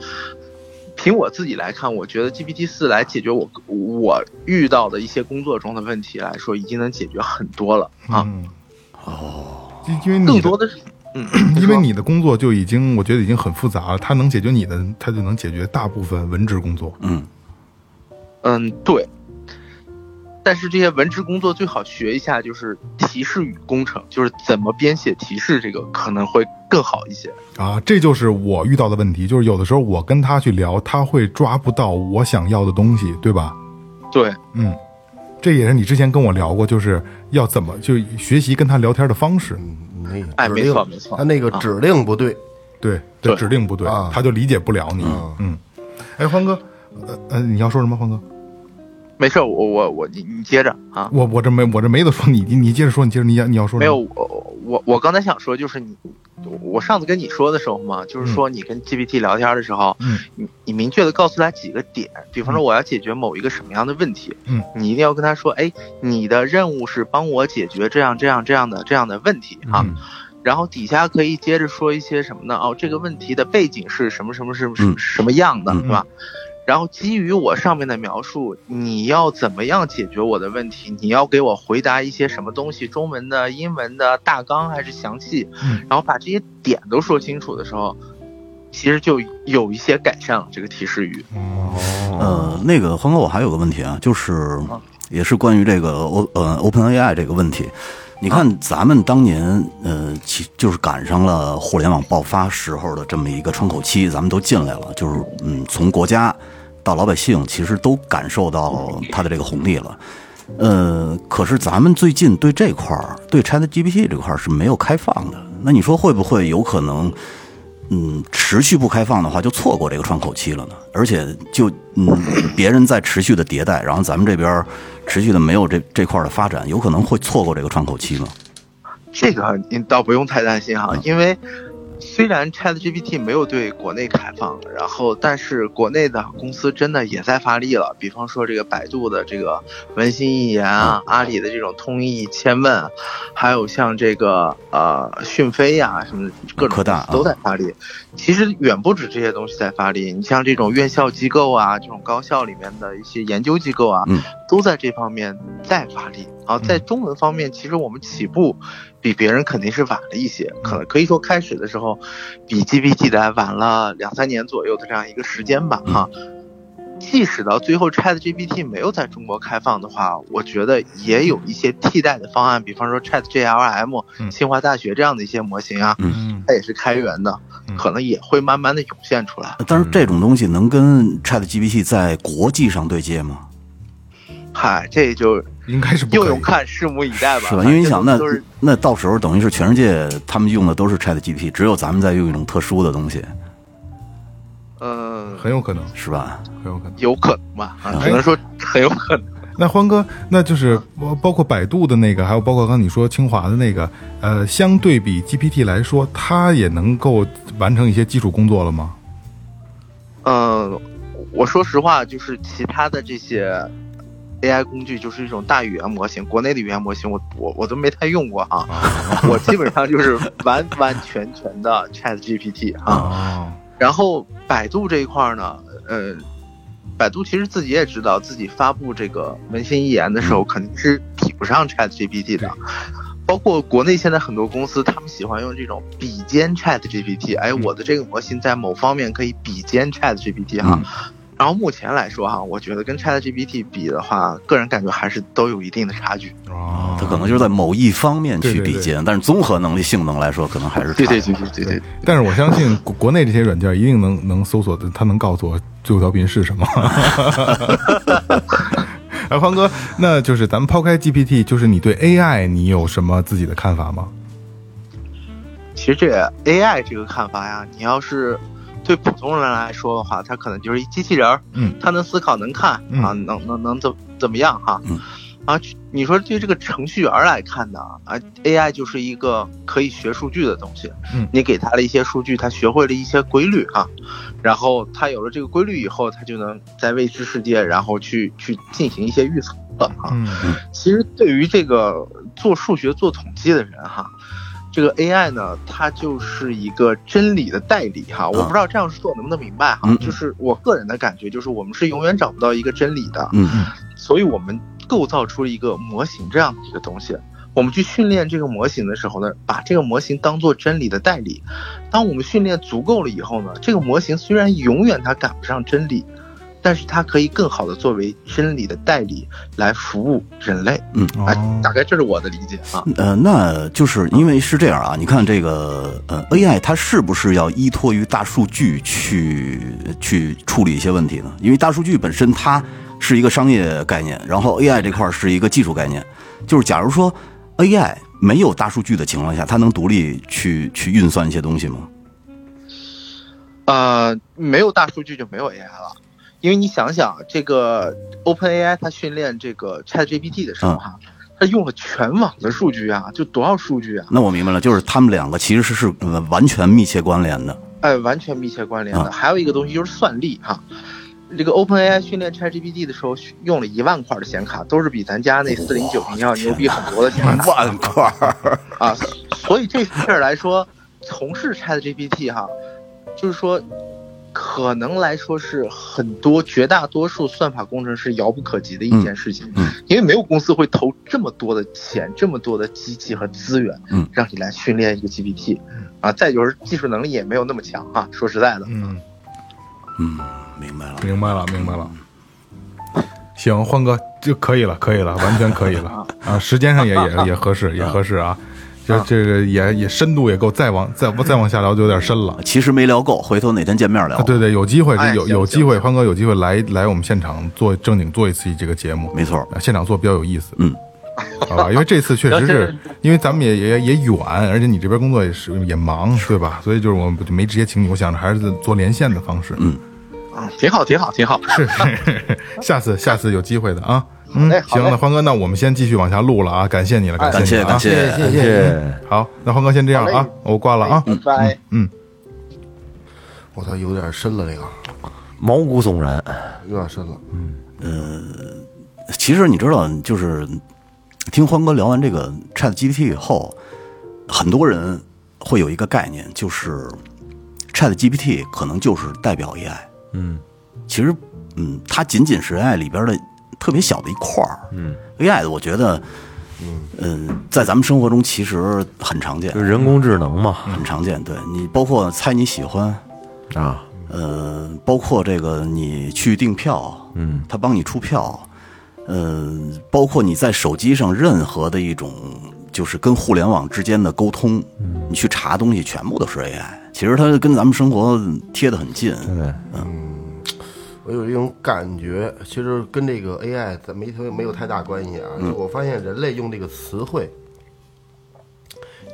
S5: 凭我自己来看，我觉得 GPT 四来解决我我遇到的一些工作中的问题来说，已经能解决很多了啊。
S1: 嗯，哦，因为你的
S5: 更多的是，嗯，
S1: 因为
S5: 说
S1: 你的工作就已经，我觉得已经很复杂了。它能解决你的，它就能解决大部分文职工作。
S4: 嗯，
S5: 嗯对，但是这些文职工作最好学一下，就是提示语工程，就是怎么编写提示，这个可能会更好一些。
S1: 啊，这就是我遇到的问题，就是有的时候我跟他去聊，他会抓不到我想要的东西，对吧？
S5: 对，
S1: 嗯，这也是你之前跟我聊过，就是要怎么就学习跟他聊天的方式。
S2: 那个
S5: 哎
S2: 指
S5: 没
S2: 令
S5: 错没错啊
S2: 他那个指令不对，
S1: 对，
S5: 对
S1: 指令不对，
S2: 啊
S1: 他就理解不了你。嗯，哎，欢哥，呃呃，你要说什么，欢哥？
S5: 没事，我我我你你接着啊。
S1: 我我这没我这没得说，你你你接着说，你接着你要你要说
S5: 没
S1: 什
S5: 有，
S1: 么？
S5: 我我我刚才想说，就是你，我上次跟你说的时候嘛，就是说你跟 GPT 聊天的时候，
S1: 嗯，
S5: 你你明确的告诉他几个点，比方说我要解决某一个什么样的问题，
S1: 嗯，
S5: 你一定要跟他说，哎，你的任务是帮我解决这样这样这样的这样的问题啊，
S1: 嗯
S5: 然后底下可以接着说一些什么呢？哦，这个问题的背景是什么什么什么什么什么样的，
S4: 嗯
S5: 是吧？然后基于我上面的描述，你要怎么样解决我的问题？你要给我回答一些什么东西？中文的、英文的大纲还是详细？
S1: 嗯
S5: 然后把这些点都说清楚的时候，其实就有一些改善了这个提示语。
S4: 呃，那个欢哥，我还有个问题啊，就是也是关于这个 O 呃 OpenAI 这个问题。你看，咱们当年呃，其就是赶上了互联网爆发时候的这么一个窗口期，咱们都进来了，就是嗯，从国家到老百姓，其实都感受到它的这个红利了。呃，可是咱们最近对这块儿，对 ChatGPT 这块儿是没有开放的。那你说会不会有可能？嗯，持续不开放的话，就错过这个窗口期了呢。而且就嗯，别人在持续的迭代，然后咱们这边儿持续的没有这这块儿的发展，有可能会错过这个窗口期吗？
S5: 这个您倒不用太担心
S4: 嗯
S5: 哈，因为虽然 ChatGPT 没有对国内开放，然后但是国内的公司真的也在发力了，比方说这个百度的这个文心一言
S4: 嗯
S5: 啊，阿里的这种通义千问，啊还有像这个呃讯飞呀、什么的各种
S4: 科大啊
S5: 公司都在发力。其实远不止这些东西在发力，你像这种院校机构啊，这种高校里面的一些研究机构啊，
S4: 嗯
S5: 都在这方面在发力。啊，在中文方面，其实我们起步比别人肯定是晚了一些，可能可以说开始的时候比 GPT 来晚了两三年左右的这样一个时间吧，哈。即使到最后 Chat GPT 没有在中国开放的话，我觉得也有一些替代的方案，比方说 Chat GLM、
S1: 嗯
S5: 清华大学这样的一些模型啊，
S1: 嗯
S5: 它也是开源的，可能也会慢慢的涌现出来。
S4: 但是这种东西能跟 Chat GPT 在国际上对接吗？
S5: 嗨，这就
S1: 应该是不
S5: 又
S1: 可
S5: 用
S1: 以。
S5: 看，拭目以待吧。
S4: 是吧？因为你想，那
S5: 都是
S4: 那到时候等于是全世界他们用的都是 Chat GPT，只有咱们在用一种特殊的东西，
S5: 嗯、
S1: 很有可能，
S4: 是吧？
S1: 很有可能。
S5: 有可能吧，啊只能说很有可能。
S1: 那欢哥，那就是包包括百度的那个，还有包括刚才你说清华的那个，呃，相对比 GPT 来说，它也能够完成一些基础工作了吗？
S5: 嗯，我说实话，就是其他的这些 AI 工具，就是一种大语言模型，国内的语言模型我，我我都没太用过哈、我基本上就是完完全全的啊 Chat GPT 哈、
S1: 哦，
S5: 然后百度这一块儿呢，呃，百度其实自己也知道，自己发布这个文心一言的时候，肯定是比不上 Chat GPT 的。包括国内现在很多公司，他们喜欢用这种比肩 Chat GPT，哎，我的这个模型在某方面可以比肩 Chat GPT 哈。
S4: 嗯
S5: 然后目前来说哈，我觉得跟 Chat GPT 比的话，个人感觉还是都有一定的差距。
S1: 哦
S4: 它可能就是在某一方面
S1: 对
S4: 去
S1: 对
S4: 比肩，但是综合能力、性能来说，可能还是差的
S5: 对对对
S1: 但是我相信国国内这些软件一定能能搜索的，它能告诉我最后调频是什么。 哎，欢哥，那就是咱们抛开 GPT，就是你对 AI 你有什么自己的看法吗？
S5: 其实这个 AI 这个看法呀，你要是对普通人来说的话，它可能就是一机器人儿，
S1: 嗯
S5: 它能思考、能看、
S1: 嗯
S5: 啊，能能能怎怎么样哈、
S4: 嗯
S5: 啊，你说对这个程序员来看呢，啊，AI 就是一个可以学数据的东西，
S1: 嗯
S5: 你给它了一些数据，它学会了一些规律哈、然后它有了这个规律以后，它就能在未知世界，然后去去进行一些预测哈、
S1: 嗯
S5: 其实对于这个做数学、做统计的人哈，这个 AI 呢，它就是一个真理的代理哈。我不知道这样说能不能明白
S4: 啊
S5: 哈，
S4: 嗯
S5: 就是我个人的感觉，就是我们是永远找不到一个真理的，
S4: 嗯
S5: 所以我们构造出了一个模型这样的一个东西。我们去训练这个模型的时候呢，把这个模型当做真理的代理。当我们训练足够了以后呢，这个模型虽然永远它赶不上真理，但是它可以更好的作为真理的代理来服务人类。哎
S1: 哦，
S5: 大概这是我的理解啊。
S4: 呃，那就是因为是这样啊，你看这个呃 AI 它是不是要依托于大数据去去处理一些问题呢？因为大数据本身它是一个商业概念，然后 AI 这块儿是一个技术概念。就是假如说 AI 没有大数据的情况下，它能独立去去运算一些东西吗？
S5: 呃，没有大数据就没有 AI 了，因为你想想，这个 OpenAI 它训练这个 ChatGPT 的时候哈、它用了全网的数据啊，就多少数据啊，
S4: 那我明白了，就是他们两个其实是是呃完全密切关联的。
S5: 哎，完全密切关联的。
S4: 啊
S5: 还有一个东西就是算力哈、这个 OpenAI 训练 ChatGPT 的时候用了一万块的显卡，都是比咱家那四零九零要牛逼很多的显卡。
S4: 万块儿，
S5: 啊，所以这事儿来说，从事 ChatGPT 哈，就是说，可能来说是很多绝大多数算法工程师遥不可及的一件事情，
S4: 嗯
S5: 因为没有公司会投这么多的钱、这么多的机器和资源，
S4: 嗯
S5: 让你来训练一个 GPT，啊，再就是技术能力也没有那么强啊，说实在的，
S1: 嗯，
S4: 嗯，明白了。
S1: 明白了，明白了。行，欢哥就可以了，可以了，完全可以 了啊！时间上也也也合适，也合适啊！就这个也也深度也够，再往再再往下聊就有点深了。
S4: 其实没聊够，回头哪天见面聊。
S1: 啊，对对，有机会
S5: 哎
S1: 有
S5: 行
S1: 有
S5: 行
S1: 机会，
S5: 行
S1: 欢哥有机会来来我们现场做正经做一次这个节目，
S4: 没错
S1: 啊，现场做比较有意思，
S4: 嗯，
S1: 好吧，因为这次确实
S5: 行
S1: 是因为咱们也也也远，而且你这边工作也是也忙，对吧？所以就是我们没直接请你，我想着还是做连线的方式，嗯，
S5: 啊，挺好，挺好，挺好，
S1: 是是是，下次下次有机会的啊，嗯
S5: 嘞，好
S1: 行，
S5: 嘞
S1: 那欢哥，那我们先继续往下录了啊，感谢你了，
S4: 感
S1: 谢
S4: 谢
S1: 你了啊
S4: 感，谢，
S3: 谢谢。
S1: 好，那欢哥先这样
S5: 好
S1: 啊
S5: 嘞，
S1: 我挂了啊，
S4: 嗯
S5: 拜拜。
S2: 我操，有点深了，这个
S3: 毛骨悚然，
S2: 有点深了。
S4: 其实你知道，就是听欢哥聊完这个 Chat GPT 以后，很多人会有一个概念，就是 Chat GPT 可能就是代表 AI。嗯，其实，嗯，它仅仅是 AI 里边的特别小的一块儿。嗯，AI 我觉得，嗯、在咱们生活中其实很常见
S3: 就，人工智能嘛
S4: 很常见。对你，包括猜你喜欢，
S3: 啊，
S4: 呃，包括这个你去订票，嗯，他帮你出票，呃，包括你在手机上任何的一种就是跟互联网之间的沟通，你去查东西全部都是 AI。其实它跟咱们生活贴得很近，
S3: 对，
S2: 我有一种感觉，其实跟这个 AI 咱没特别没有太大关系啊。
S5: 嗯
S2: 就我发现人类用这个词汇，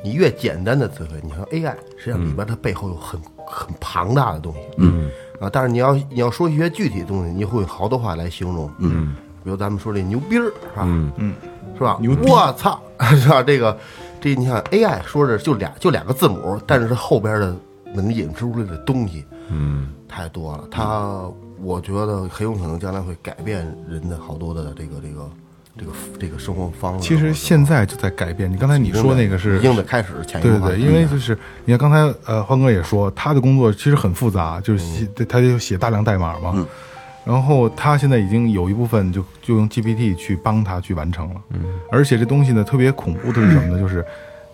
S2: 你越简单的词汇，你像 AI，实际上里边它背后有很很庞大的东西。嗯啊，但是你要你要说一些具体的东西，你会有好多话来形容。嗯，比如咱们说这牛逼儿，是吧？嗯嗯，是吧？牛逼！我操， 是吧？这个这你看 AI 说的就俩就两个字母，但是它后边的能引出来的东西，太多了。它，我觉得很有可能将来会改变人的好多的这个这个这个这个生活方式。
S1: 其实现在就在改变，你刚才你
S2: 我觉得
S1: 说那个是
S2: 已经得开始前
S1: 对
S2: 移
S1: 对
S2: 化
S1: 对，因为就是你看刚才呃，欢哥也说他的工作其实很复杂，就是写、对他就写大量代码嘛。然后他现在已经有一部分就就用 GPT 去帮他去完成了。嗯，而且这东西呢特别恐怖的是什么呢？就是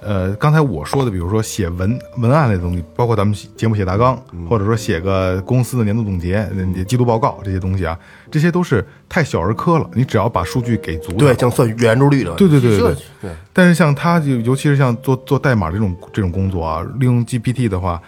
S1: 呃，刚才我说的，比如说写文文案类的东西，包括咱们节目写大纲，或者说写个公司的年度总结、呃季度报告这些东西啊，这些都是太小儿科了。你只要把数据给足，
S2: 对，像算圆周率的，
S1: 对对对对
S2: 这对，
S1: 但是像他就尤其是像做做代码这种这种工作啊，利用 GPT 的话，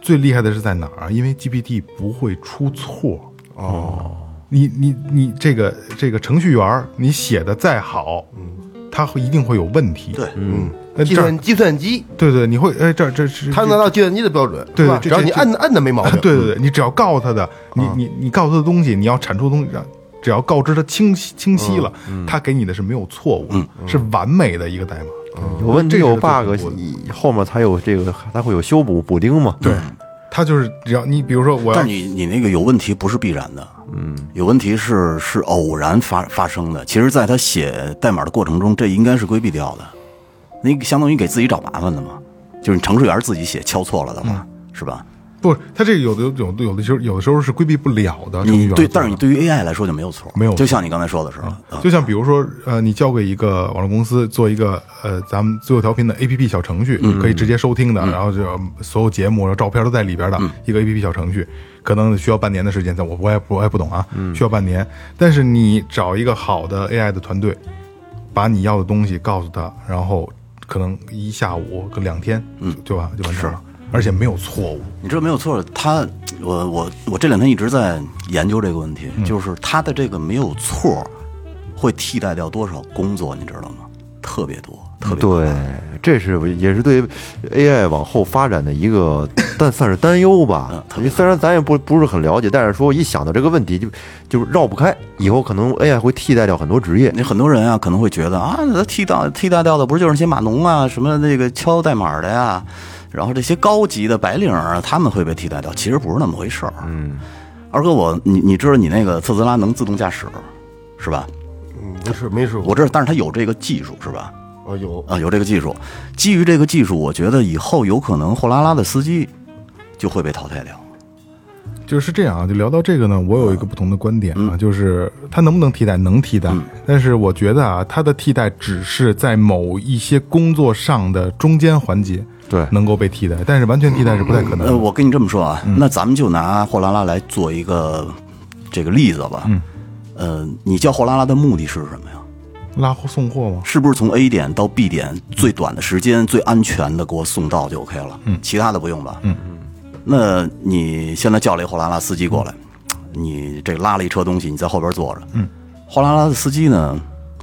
S1: 最厉害的是在哪儿啊？因为 GPT 不会出错哦。你你你这个这个程序员儿，你写的再好，嗯，他会一定会有问题。
S4: 对
S2: 嗯，
S1: 那
S2: 计
S1: 这儿
S2: 算计算机，
S1: 对对，你会哎，这儿这是
S2: 它拿到计算机的标准，
S1: 对
S2: 是吧
S1: 对这
S2: 只要你
S1: 这
S2: 摁摁的没毛病，嗯
S1: 对对对，你只要告诉他的，你你你告诉他的东西，你要产出的东西，让只要告知他清晰清晰了，
S2: 嗯
S1: 他给你的是没有错误的，是完美的一个代码。
S2: 嗯
S1: 嗯
S3: 有问题
S1: 这
S3: 有
S1: 是最
S3: bug，
S1: 恐怖的
S3: 以后面才有这个，它会有修补补丁嘛？对，
S1: 他就是只要你比如说我要
S4: 但是你你那个有问题不是必然的，嗯，有问题是是偶然发发生的。其实，在他写代码的过程中，这应该是规避掉的，那相当于给自己找麻烦的嘛。就是你程序员自己写敲错了的话，是吧？
S1: 不，他这个有的有的有的时候有的时候是规避不了的。程序
S4: 你
S1: 员
S4: 对，
S1: 做
S4: 但是你
S1: 的
S4: 对于 AI 来说就没有错，
S1: 没有
S4: 就像你刚才说的似的，啊
S1: 就像比如说，呃，你交给一个网络公司做一个呃，咱们最后调频的 APP 小程序，
S4: 嗯
S1: 可以直接收听的，然后就呃所有节目、然后照片都在里边
S4: 嗯
S1: 的一个 APP 小程序，可能需要半年的时间，在我我也不我也不懂啊，
S4: 嗯
S1: 需要半年。但是你找一个好的 AI 的团队，把你要的东西告诉他，然后可能一下午个两天，嗯，就完就完成了，而且没有错误。
S4: 你知道没有错，他我我我这两天一直在研究这个问题，就是他的这个没有错，会替代掉多少工作，你知道吗？特别多，特别多。
S3: 对，这是也是对 AI 往后发展的一个，但算是担忧吧。因为虽然咱也不不是很了解，但是说一想到这个问题就就绕不开，以后可能 AI 会替代掉很多职业。
S4: 那很多人啊，可能会觉得啊，那替代替代掉的不是就是那些码农啊，什么那个敲代码的呀，然后这些高级的白领啊，他们会被替代掉，其实不是那么回事儿。嗯，二哥我，你你知道你那个特斯拉能自动驾驶是吧？
S2: 嗯，没事没事，
S4: 我知道，但是它有这个技术是吧？
S2: 我有
S4: 啊，有这个技术，基于这个技术，我觉得以后有可能货拉拉的司机就会被淘汰掉。
S1: 就是这样啊，就聊到这个呢，我有一个不同的观点啊，就是它能不能替代，能替代，但是我觉得啊，它的替代只是在某一些工作上的中间环节，
S3: 对
S1: 能够被替代，但是完全替代是不太可能
S4: 呃，
S1: 的。
S4: 我跟你这么说啊，那咱们就拿货拉拉来做一个这个例子吧。嗯，呃，你叫货拉拉的目的是什么呀？
S1: 拉货送货吗？
S4: 是不是从 A 点到 B 点最短的时间、最安全的给我送到就 OK 了？嗯，其他的不用吧？嗯那你现在叫了一货拉拉司机过来，你这拉了一车东西，你在后边坐着。嗯，货拉拉的司机呢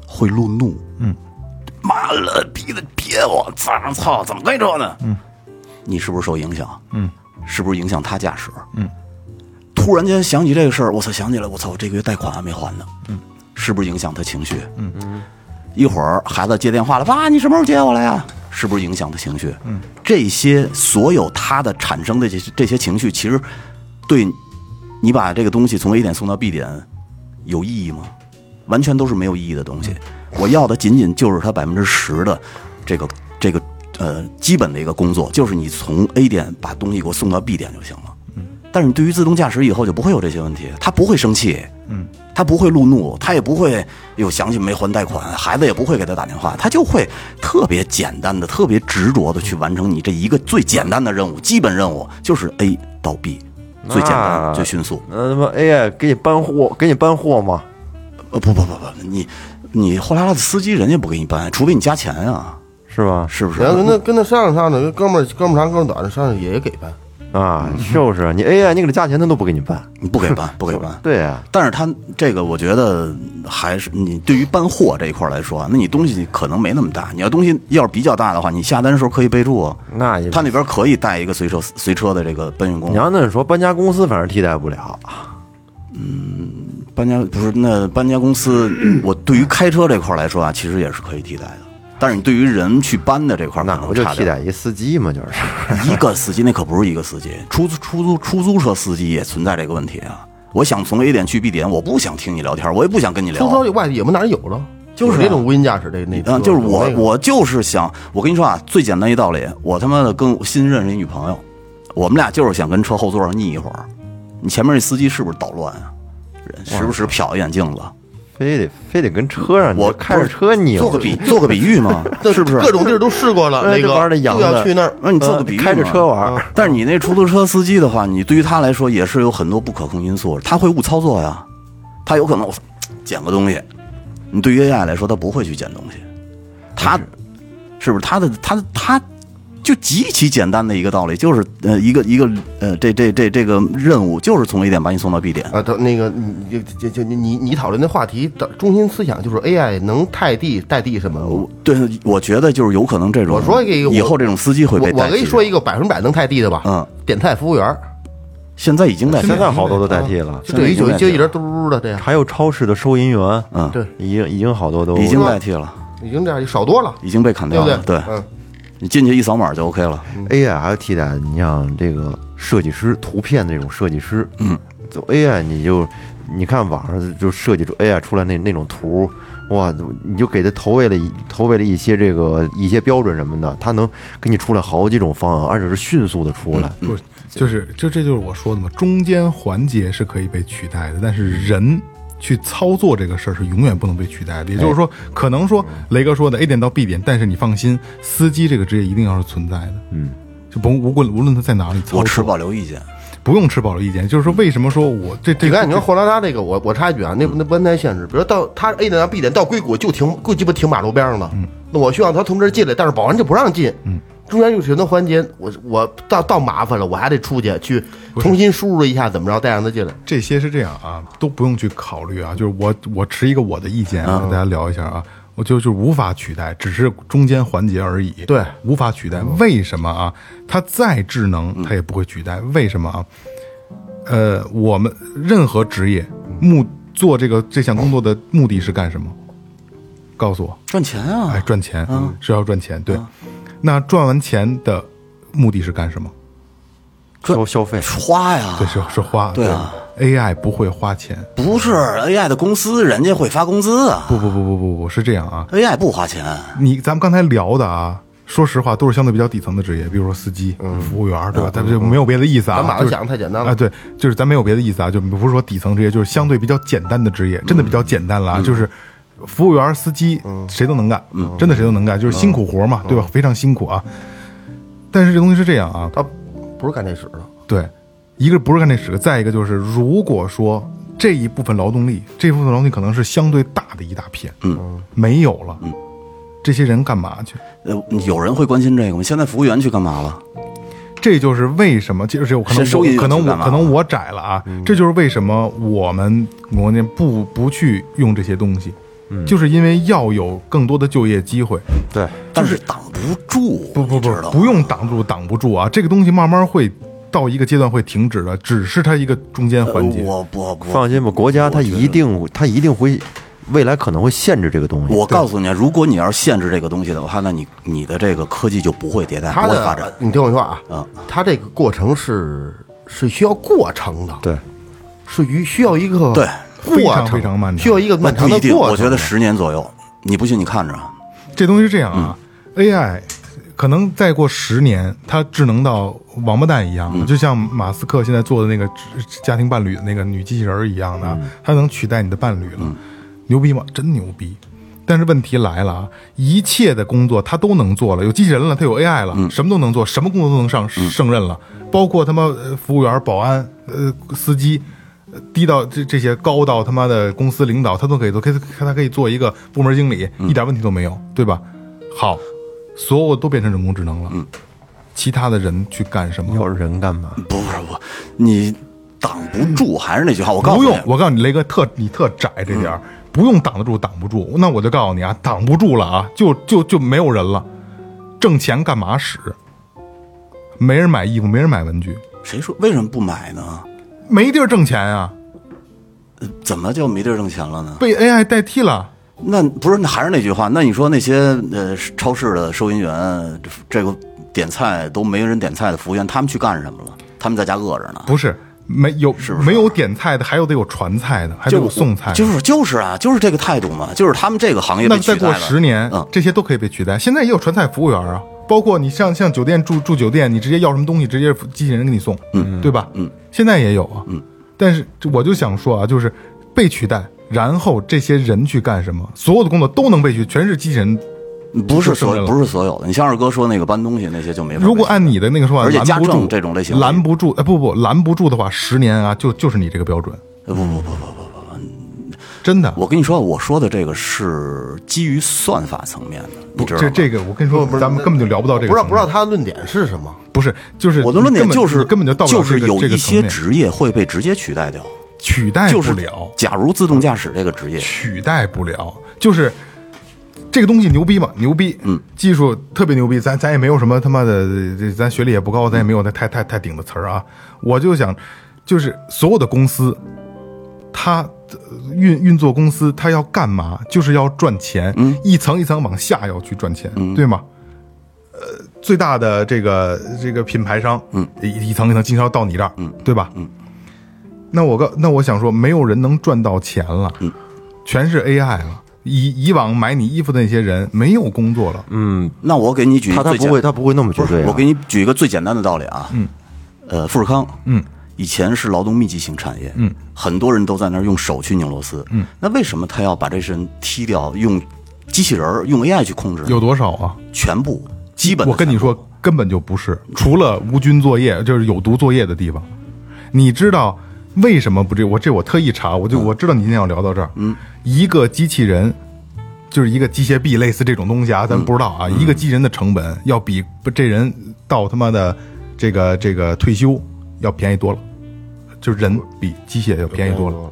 S4: 会路怒。嗯，妈了逼的，别我操操，怎么会这呢？嗯，你是不是受影响？嗯，是不是影响他驾驶？嗯，突然间想起这个事儿，我操，想起来，我操，我这个月贷款还没还呢。嗯，是不是影响他情绪？嗯。一会儿孩子接电话了，爸，你什么时候接我来呀？是不是影响他情绪？嗯，这些所有他的产生的这些这些情绪，其实对你把这个东西从 A 点送到 B 点有意义吗？完全都是没有意义的东西。我要的仅仅就是他百分之十的这个这个呃基本的一个工作，就是你从 A 点把东西给我送到 B 点就行了。但是你对于自动驾驶以后就不会有这些问题，他不会生气，嗯，他不会路怒，他也不会又想起没还贷款，孩子也不会给他打电话，他就会特别简单的、特别执着的去完成你这一个最简单的任务，基本任务就是 A 到 B，最简单、
S3: 那
S4: 最迅速。
S3: 那他妈 AI 给你搬货，给你搬货吗？
S4: 呃，不不不不，你你货拉拉的司机人家不给你搬，除非你加钱啊，
S3: 是吧？
S4: 是不是？
S2: 然后跟他跟他商量商量，跟哥们儿哥们儿长哥们儿短的商量也给呗。
S3: 啊，就是啊你 AI 你给他加钱，他都不给你搬。
S4: 你不给搬，不给搬。
S3: 对啊，
S4: 但是他这个，我觉得还是你对于搬货这一块来说啊，那你东西可能没那么大。你要东西要是比较大的话，你下单的时候可以备注啊。
S3: 那也
S4: 他那边可以带一个随车随车的这个搬运工
S3: 你。要那么说，搬家公司反正替代不了。
S4: 啊搬家不是那搬家公 司，我对于开车这块来说啊，其实也是可以替代的。但是你对于人去搬的这块，
S3: 那不就替代
S4: 点。
S3: 一司机嘛，就是。
S4: 一个司机那可不是一个司机，出租出租出租车司机也存在这个问题啊。我想从 A 点去 B 点，我不想听你聊天，我也不想跟你聊。
S2: 中超外地也没哪儿有了，
S4: 就是啊
S2: 有这种无人驾驶这那。
S4: 嗯，就是我
S2: 那，个
S4: 我就是想，我跟你说啊，最简单一道理，我他妈的跟我新认识一女朋友，我们俩就是想跟车后座上腻一会儿。你前面那司机是不是捣乱啊？人时不时瞟一眼镜子，
S3: 非得非得跟车上，
S4: 我
S3: 你开着车你
S4: 做 个比做个比喻嘛，是不是？
S2: 各种地儿都试过了，
S3: 哎
S2: 那
S3: 这
S2: 个
S3: 玩意儿得养
S2: 就要
S3: 着
S2: 去那儿。
S4: 那你做个比喻嘛，
S3: 呃
S4: 啊
S3: 开着车玩儿，
S4: 但是你那出租车司机的话，你对于他来说也是有很多不可控因素，他会误操作呀，他有可能我操捡个东西，你对于 AI 来说，他不会去捡东西，他是不是他的他他就极其简单的一个道理，就是呃一个一个呃这这这这个任务就是从 A 点把你送到 B 点，
S2: 啊，等那个你就就就你你你讨论的话题的中心思想就是 AI 能代替代替什么？我
S4: 呃我对，我觉得就是有可能这种，
S2: 我说一个我
S4: 以后这种司机会被
S2: 我
S4: 代
S2: 跟
S4: 替
S2: 你，说一个百分之百能代替的吧，
S4: 嗯，
S2: 点菜服务员儿，
S4: 现在已经在
S3: 现在好多
S4: 嗯
S3: 都代替了，
S2: 就这一就一就一人嘟嘟的这样，
S3: 还有超市的收银员，
S4: 嗯
S2: 对
S3: 已经已经好多都
S4: 已经代替了，
S2: 已经这样少多了，
S4: 已经被砍
S2: 对
S4: 掉
S2: 不
S4: 了，
S2: 对？嗯，
S4: 你进去一扫码就 OK 了。
S3: AI 还有替代，你像这个设计师、图片那种设计师，嗯，就 AI 你就你看网上就设计出 AI 出来那那种图，哇，你就给它投喂了一投喂了一些这个一些标准什么的，它能给你出来好几种方案，而且是迅速的出来。
S1: 不是，就是就这就是我说的嘛，中间环节是可以被取代的，但是人去操作这个事儿是永远不能被取代的。也就是说，可能说雷哥说的 A 点到 B 点，但是你放心，司机这个职业一定要是存在的。嗯，就甭无论无论他在哪里操
S4: 我持
S1: 作，
S4: 保留意见。
S1: 不用持保留意见。就是说，为什么说我这
S2: 嗯
S1: 这
S2: 你看你说货拉拉这个，我我插一句啊，那那不太现实，比如到他 A 点到 B 点到硅谷就停，就鸡巴停马路边上了，那我希望他从这儿进来，但是保安就不让进，中间有很多环节，我我到到麻烦了，我还得出去去重新输入一下怎么着，再让他进来。
S1: 这些是这样啊，都不用去考虑啊，就是我我持一个我的意见
S2: 嗯
S1: 啊，跟大家聊一下啊，我就就无法取代，只是中间环节而已。
S2: 对，嗯
S1: 无法取代。为什么啊？它再智能，它也不会取代。为什么啊？呃，我们任何职业
S2: 嗯
S1: 目做这个这项工作的目的是干什么？告诉我。
S4: 赚钱啊！
S1: 哎，赚钱是要赚钱，对。
S2: 啊
S1: 那赚完钱的目的是干什么？
S3: 消消费，
S4: 花呀，
S1: 对，是是花。
S4: 对啊
S1: AI 不会花钱，
S4: 不是 AI 的公司，人家会发工资啊。
S1: 不不不不不不是这样啊。
S4: AI 不花钱，
S1: 你咱们刚才聊的啊，说实话，都是相对比较底层的职业，比如说司机、
S2: 嗯
S1: 服务员，对吧？咱这没有别的意思啊，
S2: 咱把它
S1: 就是
S2: 想的太简单了
S1: 啊，对，就是咱没有别的意思啊，就不是说底层职业，就是相对比较简单的职业，真的比较简单
S2: 嗯
S1: 了啊，就是。服务员、司机，谁都能干，真的谁都能干，就是辛苦活
S2: 嗯
S1: 嘛，对吧？非常辛苦啊。但是这东西是这样啊，
S2: 他不是干这使的，
S1: 对，一个不是干这使，再一个就是，如果说这一部分劳动力，这部分劳动力可能是相对大的一大片，嗯，没有了，嗯，这些人干嘛去？
S4: 呃，有人会关心这个吗？现在服务员去干嘛了？
S1: 这就是为什么，就是我可能
S4: 谁收
S1: 我
S4: 银
S1: 可能
S4: 去
S1: 我
S4: 干嘛
S1: 可能我窄了啊，这就是为什么我们国内不不去用这些东西，就是因为要有更多的就业机会，
S3: 对，
S4: 但是挡不住，
S1: 不不
S4: 你
S1: 不
S4: 知道，吗
S1: 不用挡住挡不住啊，这个东西慢慢会到一个阶段会停止的，只是它一个中间环节。
S4: 呃我我我
S3: 放心吧，国家它一定它一定会，未来可能会限制这个东西。
S4: 我告诉你啊，如果你要是限制这个东西的话，那你你的这个科技就不会迭代，
S2: 他
S4: 不会发展
S2: 的。你听我说啊
S4: 啊，
S2: 他这个过程是是需要过程的，
S3: 对，
S2: 是于需要一个
S4: 对
S1: 非
S2: 过
S1: 常
S2: 程，
S1: 非常漫长
S2: 需要一个
S4: 那
S2: 漫
S4: 不
S2: 长的
S4: 一定，
S1: 啊
S2: 过程。
S4: 我觉得十年左右，你不信你看着啊，
S1: 这东西是这样啊、a i 可能再过十年，它智能到王八蛋一样了，就像马斯克现在做的那个智家庭伴侣的那个女机器人儿一样的，它能取代你的伴侣了，牛逼吗？真牛逼！但是问题来了啊，一切的工作它都能做了，有机器人了，它有 AI 了，什么都能做，什么工作都能上胜任了，包括他妈呃服务员、保安、呃司机。呃低到这这些高到他妈的公司领导，他都可以做，可以他可以做一个部门经理，一点问题都没有，对吧？好，所有都变成人工智能了，其他的人去干什
S3: 要
S1: 么？
S3: 人干嘛？
S4: 不是我，你挡不住。还是那句话，我告诉
S1: 嗯不
S4: 你嗯
S1: 用，，我告诉你，雷哥特你特窄这点儿，不用挡得住，挡不住。那我就告诉你啊，挡不住了啊，就就就没有人了，挣钱干嘛使？没人买衣服，没人买文具，
S4: 谁说为什么不买呢？
S1: 没地儿挣钱啊，
S4: 怎么就没地儿挣钱了呢？
S1: 被 AI 代替了。
S4: 那不是，那还是那句话，那你说那些呃超市的收银员，这个点菜都没人点菜的服务员，他们去干什么了？他们在家饿着呢。
S1: 不是，没有
S4: 不是
S1: 没有点菜的，还有得有传菜的，还得
S4: 就
S1: 有送菜的。
S4: 就是就是啊，就是这个态度嘛，就是他们这个行业
S1: 那
S4: 被取
S1: 再
S4: 代
S1: 过
S4: 了。
S1: 十年，
S4: 嗯，
S1: 这些都可以被取代。现在也有传菜服务员啊，包括你像像酒店住住酒店，你直接要什么东西，直接机器人给你送，嗯，对吧？嗯，现在也有啊，嗯。但是我就想说啊，就是被取代，然后这些人去干什么？所有的工作都能被取，全是机器人。
S4: 不是
S1: 就胜
S4: 所
S1: 任了
S4: 不是所有的，你像二哥说那个搬东西那些就没法。
S1: 如果按你的那个说法，
S4: 而且家
S1: 拦不住
S4: 政这种类型
S1: 拦不住，哎，不不，拦不住的话，十年啊，就就是你这个标准，
S4: 呃不不不，嗯
S1: 真的。
S4: 我跟你说，我说的这个是基于算法层面的，你知道吗？
S1: 这这个，我跟你说，咱们根本就聊不到这个
S2: 不知道
S1: 层面。
S2: 不知道他的论点是什么，
S1: 不是，就是
S4: 我的论点
S1: 你根本
S4: 就是
S1: 你根本就到不了这
S4: 是
S1: 个
S4: 有
S1: 这个层
S4: 一些
S1: 面
S4: 职业会被直接取代掉，
S1: 取代
S4: 就
S1: 不
S4: 是
S1: 了，
S4: 假如自动驾驶这个职业，
S1: 取代不了，就是。这个东西牛逼吗？牛逼，嗯，技术特别牛逼，咱咱也没有什么他妈的，这咱学历也不高，咱也没有那太太太顶的词儿啊。我就想，就是所有的公司，它呃运运作公司，它要干嘛？就是要赚钱，嗯，一层一层往下要去赚钱，对吗？呃，最大的这个这个品牌商，嗯，一一层一层经销到你这儿，嗯，对吧？嗯，那我告，那我想说，没有人能赚到钱了，嗯。全是 AI 了。以以往买你衣服的那些人没有工作了，嗯，
S4: 那我给你举一
S3: 他他
S4: 个最
S3: 不
S4: 简
S3: 会他不会那么绝
S4: 不
S3: 对
S4: 是
S3: 啊。
S4: 我给你举一个最简单的道理啊，嗯，呃，富士康，嗯，以前是劳动密集型产业，嗯，很多人都在那儿用手去拧螺丝，嗯，那为什么他要把这些人踢掉，用机器人儿用 AI 去控制呢？
S1: 有多少啊？
S4: 全部基本的
S1: 我跟你
S4: 全部，
S1: 说，根本就不是，除了无菌作业，就是有毒作业的地方。你知道为什么不这？我这我特意查，我
S2: 嗯
S1: 就我知道你今天要聊到这儿。嗯，一个机器人就是一个机械臂，类似这种东西啊，
S2: 嗯
S1: 咱不知道啊。一个机器人的成本要比不这人到他妈的这个这个退休要便宜多了，就人比机械要便宜多了。
S2: 啊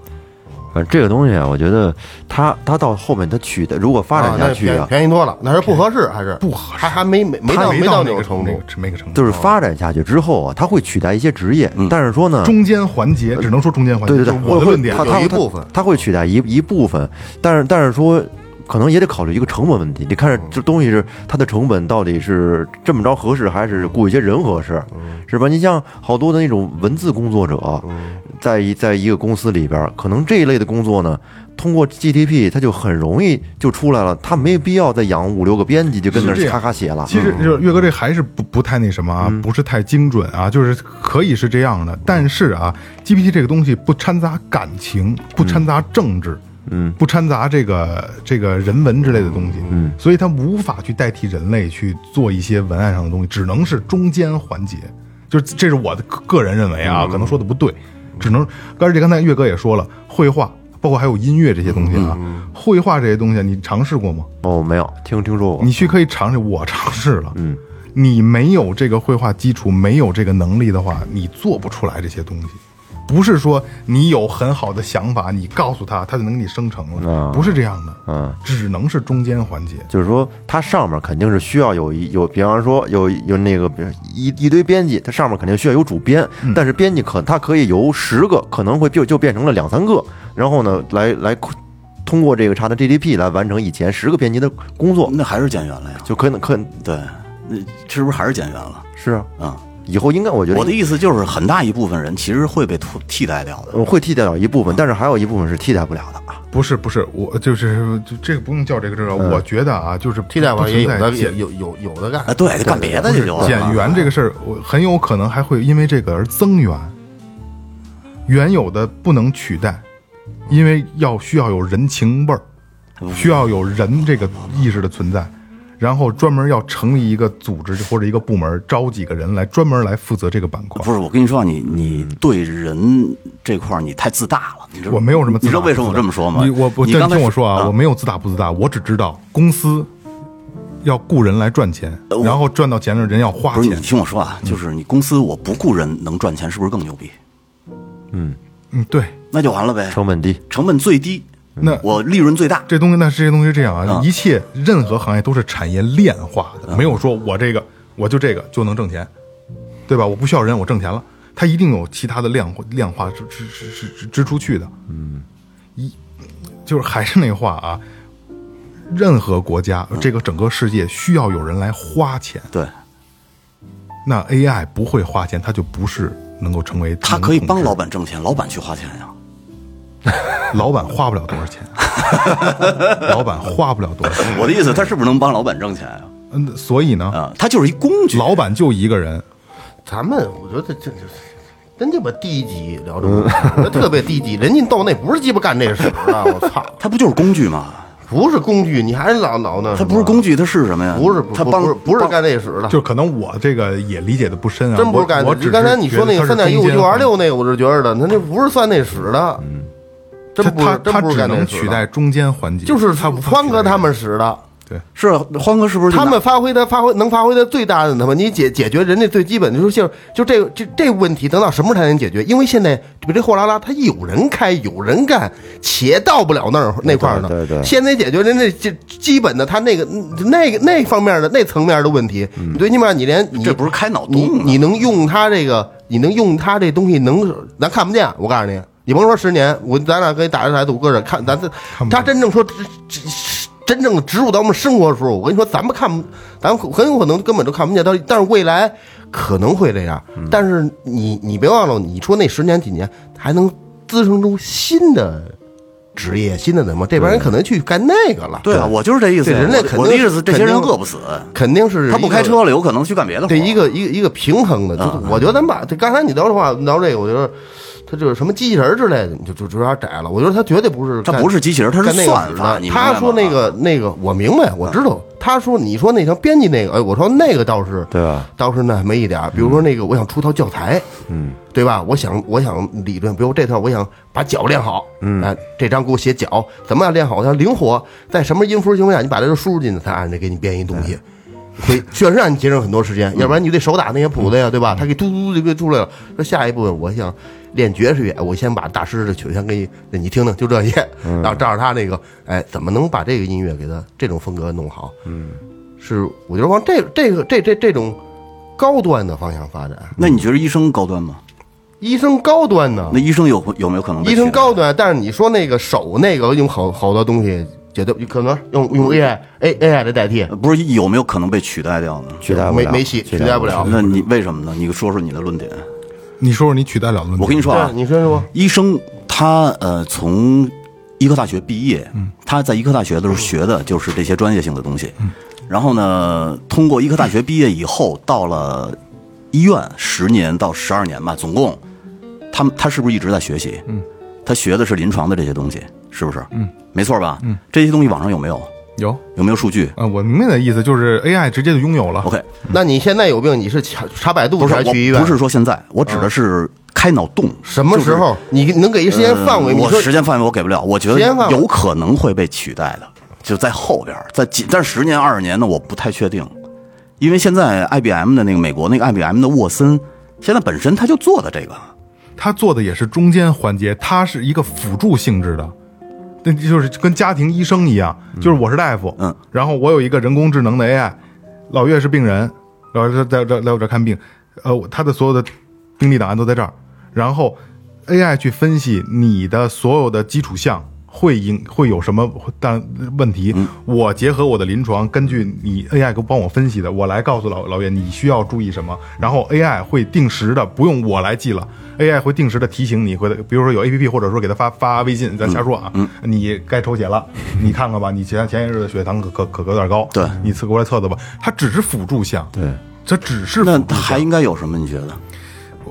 S3: 反正这个东西啊，我觉得它它到后面它取代，如果发
S2: 啊
S3: 展，
S2: 那
S3: 下去
S2: 便宜
S3: 啊，
S2: 便宜多了，那是不合适还是
S1: 不合适
S2: 还还没没没
S1: 他
S2: 到
S1: 没
S2: 到
S1: 那
S2: 个
S1: 个
S2: 程
S1: 那
S2: 度
S1: 个，那个程度，
S3: 就是发展下去之后啊，它会取代一些职业，但是说呢，
S1: 中间环节，只能说中间环节。
S3: 对对对，
S1: 就是我的
S3: 会
S1: 论点
S3: 它
S2: 有
S3: 它
S2: 一部分
S3: 它会取代一一部分，但是但是说可能也得考虑一个成本问题。你看着这东西是它的成本到底是这么着合适，还是雇一些人合适，是吧？你像好多的那种文字工作者，
S1: 嗯
S3: 在一在一个公司里边儿，可能这一类的工作呢，通过 GTP 它就很容易就出来了，他没必要再养五六个编辑就跟那儿
S1: 是这样
S3: 咔咔写了。
S1: 其实就是岳哥这还是不不太那什么啊，不是太精准啊，就是可以是这样的，但是啊，GPT 这个东西不掺杂感情，不掺杂政治。嗯，不掺杂这个这个人文之类的东西，嗯，所以它无法去代替人类去做一些文案上的东西，只能是中间环节，就是这是我的个个人认为啊，可能说的不对，只能，而且刚才岳哥也说了，绘画包括还有音乐这些东西啊，绘画这些东西啊你尝试过吗？
S3: 哦，没有听听说过
S1: 你，去可以尝试，我尝试了，嗯，你没有这个绘画基础，没有这个能力的话，你做不出来这些东西。不是说你有很好的想法，你告诉他，他就能给你生成
S2: 啊
S1: 了，不是这样的，
S3: 嗯，
S1: 只能是中间环节。
S3: 就是说，它上面肯定是需要有一有，比方说有有那个比如一一堆编辑，它上面肯定需要有主编，
S4: 嗯
S3: 但是编辑可它可以由十个可能会就就变成了两三个，然后呢，来来通过这个查的 GDP 来完成以前十个编辑的工作，
S4: 那还是减员了呀？
S3: 就可能可能
S4: 对，那是不是还是减员了？
S3: 是啊，
S4: 啊、
S3: 以后应该我觉得
S4: 我的意思就是，很大一部分人其实会被突替代掉的。
S3: 呃会替代掉一部分，但是还有一部分是替代不了的。
S1: 不是不是，我就是就这个不用叫这个这个，我觉得啊，就是
S2: 嗯替代完也有的
S1: 不存在减
S2: 有有有的干
S4: 啊，，对，干别的去就完
S1: 减
S4: 了。啊
S1: 员这个事儿，我很有可能还会因为这个而增员，原有的不能取代，因为要需要有人情味儿，
S4: 嗯
S1: 需要有人这个意识的存在，然后专门要成立一个组织或者一个部门，招几个人来专门来负责这个板块。
S4: 不是，我跟你说啊，你你对人这块儿你太自大了，你知道
S1: 我没有什么自
S4: 你
S1: 大
S4: 知道为什么
S1: 不
S4: 我
S1: 自大
S4: 这么说吗？
S1: 你我我
S4: 你
S1: 真
S4: 刚才
S1: 听我说啊，我没有自大不自大，我只知道公司要雇人来赚钱，然后赚到钱的人要花
S4: 呃不是你
S1: 钱。
S4: 听我说啊，
S2: 嗯
S4: 就是你公司我不雇人能赚钱，是不是更牛逼？
S1: 嗯，对，
S4: 那就完了呗，
S3: 成本低，
S4: 成本最低，
S2: 嗯
S1: 那
S4: 我利润最大。
S1: 这东西，那这些东西是这样啊
S4: 啊，
S1: 一切任何行业都是产业链化的，没有说我这个我就这个就能挣钱，对吧？我不需要人，我挣钱了，它一定有其他的量化量化支支支支支支出去的。嗯，一就是还是那话啊，任何国家
S4: 嗯
S1: 这个整个世界需要有人来花钱，
S4: 对，
S1: 那 AI 不会花钱，它就不是能够成为
S4: 他可以帮老
S1: 老
S4: 板挣钱，老板去花钱呀。
S1: 老板花不了多少钱， 老板花不了多少钱。
S4: 我的意思，他是不是能帮老板挣钱呀？
S1: 嗯，所以呢，
S4: 啊，他就是一工具。
S1: 老板就一个人，
S2: 咱们我觉得这这。真鸡巴低级聊
S1: 嗯
S2: 这么，这特别低级。人家斗那不是鸡巴干这事儿啊！我操，
S4: 他不就是工具吗？
S2: 不是工具，你还是老老那什么。
S4: 他不是工具，他是什么呀？
S2: 不是，不
S4: 他
S2: 不
S4: 帮
S2: 不是不是
S4: 帮
S2: 干这使的，
S1: 就可能我这个也理解的不深啊，
S2: 啊真不是干
S1: 我
S2: 这
S1: 我只
S2: 使。
S1: 是
S2: 刚才你说那个
S1: 觉
S2: 三
S1: 得它
S2: 点
S1: 是
S2: 一五
S1: 中间嗯
S2: 九二六那，我是觉得他那不是算那使的，真
S1: 它
S2: 不是
S1: 它
S2: 真
S1: 它
S2: 不是
S1: 只
S2: 干那
S1: 能
S2: 使的啊
S1: 取代，中间环节，
S2: 就是
S1: 它无法
S2: 欢哥
S1: 取代
S2: 他们使的，
S1: 对
S4: 是啊欢哥是不是就
S2: 他
S4: 拿？
S2: 们发挥的发挥能发挥的最大的他妈，你解解决人家最基本的就是就就这这这问题，等到什么时候才能解决？因为现在比这货拉拉，他有人开有人干，且到不了那儿那块儿呢。
S3: 对对对
S2: 现在解决人家这基本的他那个那个那方面的那层面的问题，你最起码你连你
S4: 这不是开脑
S2: 你
S4: 洞啊
S2: 你能用它这个，你能用它这东西能咱看不见，我告诉你，你甭说十年，我咱俩可以打着台赌搁这看，咱这
S1: 看不见
S2: 它真正说植植真正植入到我们生活的时候，我跟你说，咱们看不，咱们很有可能根本都看不见，但是但是未来可能会这样，
S4: 嗯
S2: 但是你你别忘了，你说那十年几年还能滋生出新的职业，新的什么，这帮人可能去干那个了，
S4: 对啊，我就是这意思。
S2: 对人类
S4: 我
S2: 肯定
S4: 我的意思，这些人
S2: 肯定
S4: 饿不死，
S2: 肯定是
S4: 他不
S2: 一个
S4: 开车了，有可能去干别的活。嗯
S2: 对一个一个一个平衡的，就是我觉得咱把这刚才你聊的话聊这个，我觉得他就是什么机器人之类的，你就就就有点窄了。我觉得他绝对不是
S4: 他
S2: 干，
S4: 不是机器人，他
S2: 他
S4: 是算法。你明白吗啊嗯
S2: 他说那个那个，我明白，我知道。他说你说那条编辑那个，哎，我说那个倒是
S3: 对吧？
S2: 倒是那没一点儿。比如说那个，我想出套教材，嗯，对吧？我想我想理论，比如这套我想把脚练好，嗯，哎，这张给我写脚怎么样练好，它灵活，在什么音符情况下，你把这个输入进去，它按着给你编一东西。会确实让你节省很多时间，要不然你得手打那些谱子呀，对吧？他给嘟嘟就给出来了。说下一步我想练爵士乐，我先把大师的曲先给你你听听，就这些，然后照着他那个，哎，怎么能把这个音乐给他这种风格弄好？嗯，是我觉得往这这个这这这种高端的方向发展。
S4: 那你觉得医生高端吗？
S2: 医生高端呢
S4: 那？医生有有没有可能被
S2: 医
S4: 取代？
S2: 生高端，但是你说那个手那个有好好多东西，解对，可能用用 AI A AI 来代替，
S4: 不是有没有可能被取代掉呢？
S3: 取代不
S2: 没
S3: 了
S2: 没戏，取代不了。
S4: 那你为什么呢？你说说你的论点。
S1: 你说说你取代了论点
S4: 我跟你说啊
S2: 对，，你说说，
S4: 医生他呃从医科大学毕业，他在医科大学的时候学的就是这些专业性的东西。然后呢，通过医科大学毕业以后，到了医院十年到十二年吧，总共，他们他是不是一直在学习？嗯，他学的是临床的这些东西，是不是？嗯，没错吧？嗯，这些东西网上有没有？
S1: 有
S4: 有没有数据
S1: 啊，我明白你的意思，就是 AI 直接就拥有了。
S4: ？OK，
S2: 那你现在有病，你是查查百度
S4: 不是
S2: 还
S4: 我
S2: 去医院？
S4: 不是说现在，我指的是开脑洞。
S2: 什么时候？你能给一时间范围吗？
S4: 嗯我
S2: 你
S4: 时
S2: 说
S4: 间范围我给不了，我觉
S2: 时
S4: 得
S2: 间范围
S4: 有可能会被取代的，就在后边儿，在几，但是十年二十年呢，我不太确定，因为现在 IBM 的那个美国那个 IBM 的沃森，现在本身他就做的这个，
S1: 他做的也是中间环节，它是一个辅助性质的，那就是跟家庭医生一样，就是我是大夫，
S4: 嗯，
S1: 然后我有一个人工智能的 AI，老岳是病人，老岳在这来我这看病，呃，他的所有的病历档案都在这儿，然后 AI 去分析你的所有的基础项。会影会有什么但问题？我结合我的临床，根据你 AI 给我帮我分析的，我来告诉老老岳你需要注意什么，然后 AI 会定时的，不用我来记了，AI 会定时的提醒你，会比如说有 APP 或者说给他发发微信，咱瞎说啊，
S4: 嗯
S1: 你该抽血了，你看看吧，你前前些日子血糖可可可可有点高，
S4: 对
S1: 你测过来测测吧，它只是辅助项，对，这只是
S4: 那
S1: 辅助
S4: 他还
S1: 项
S4: 应该有什么？你觉得？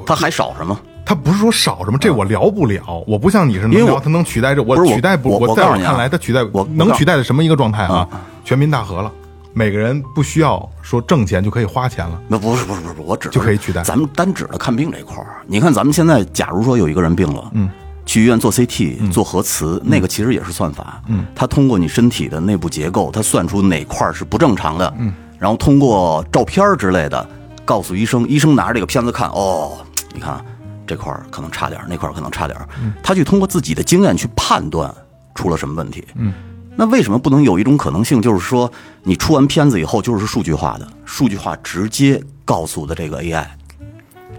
S4: 他还少什么？
S1: 它不是说少什么，这我聊不了，我不像你是能
S4: 啊因为我
S1: 聊，它能取代这，我
S4: 不是我
S1: 取代不，
S4: 我我
S1: 在
S4: 告
S1: 我
S4: 诉你啊
S1: 看来，它取代
S4: 我我
S1: 能
S4: 告
S1: 取代的什么一个状态啊？全民大和了，每个人不需要说挣钱就可以花钱了，
S4: 那不是不是不是，不是我指的
S1: 就可以取代
S4: 咱们单指的看病这块儿，你看咱们现在，假如说有一个人病了，嗯，去医院做
S1: 嗯
S4: CT、做核磁，那个其实也是算法，嗯，它通过你身体的内部结构，它算出哪块儿是不正常的，嗯，然后通过照片儿之类的告诉医生，医生拿着这个片子看，哦，你看这块儿可能差点儿，那块儿可能差点儿，
S1: 嗯
S4: 他去通过自己的经验去判断出了什么问题，嗯。那为什么不能有一种可能性，就是说你出完片子以后就是数据化的，数据化直接告诉的这个 AI，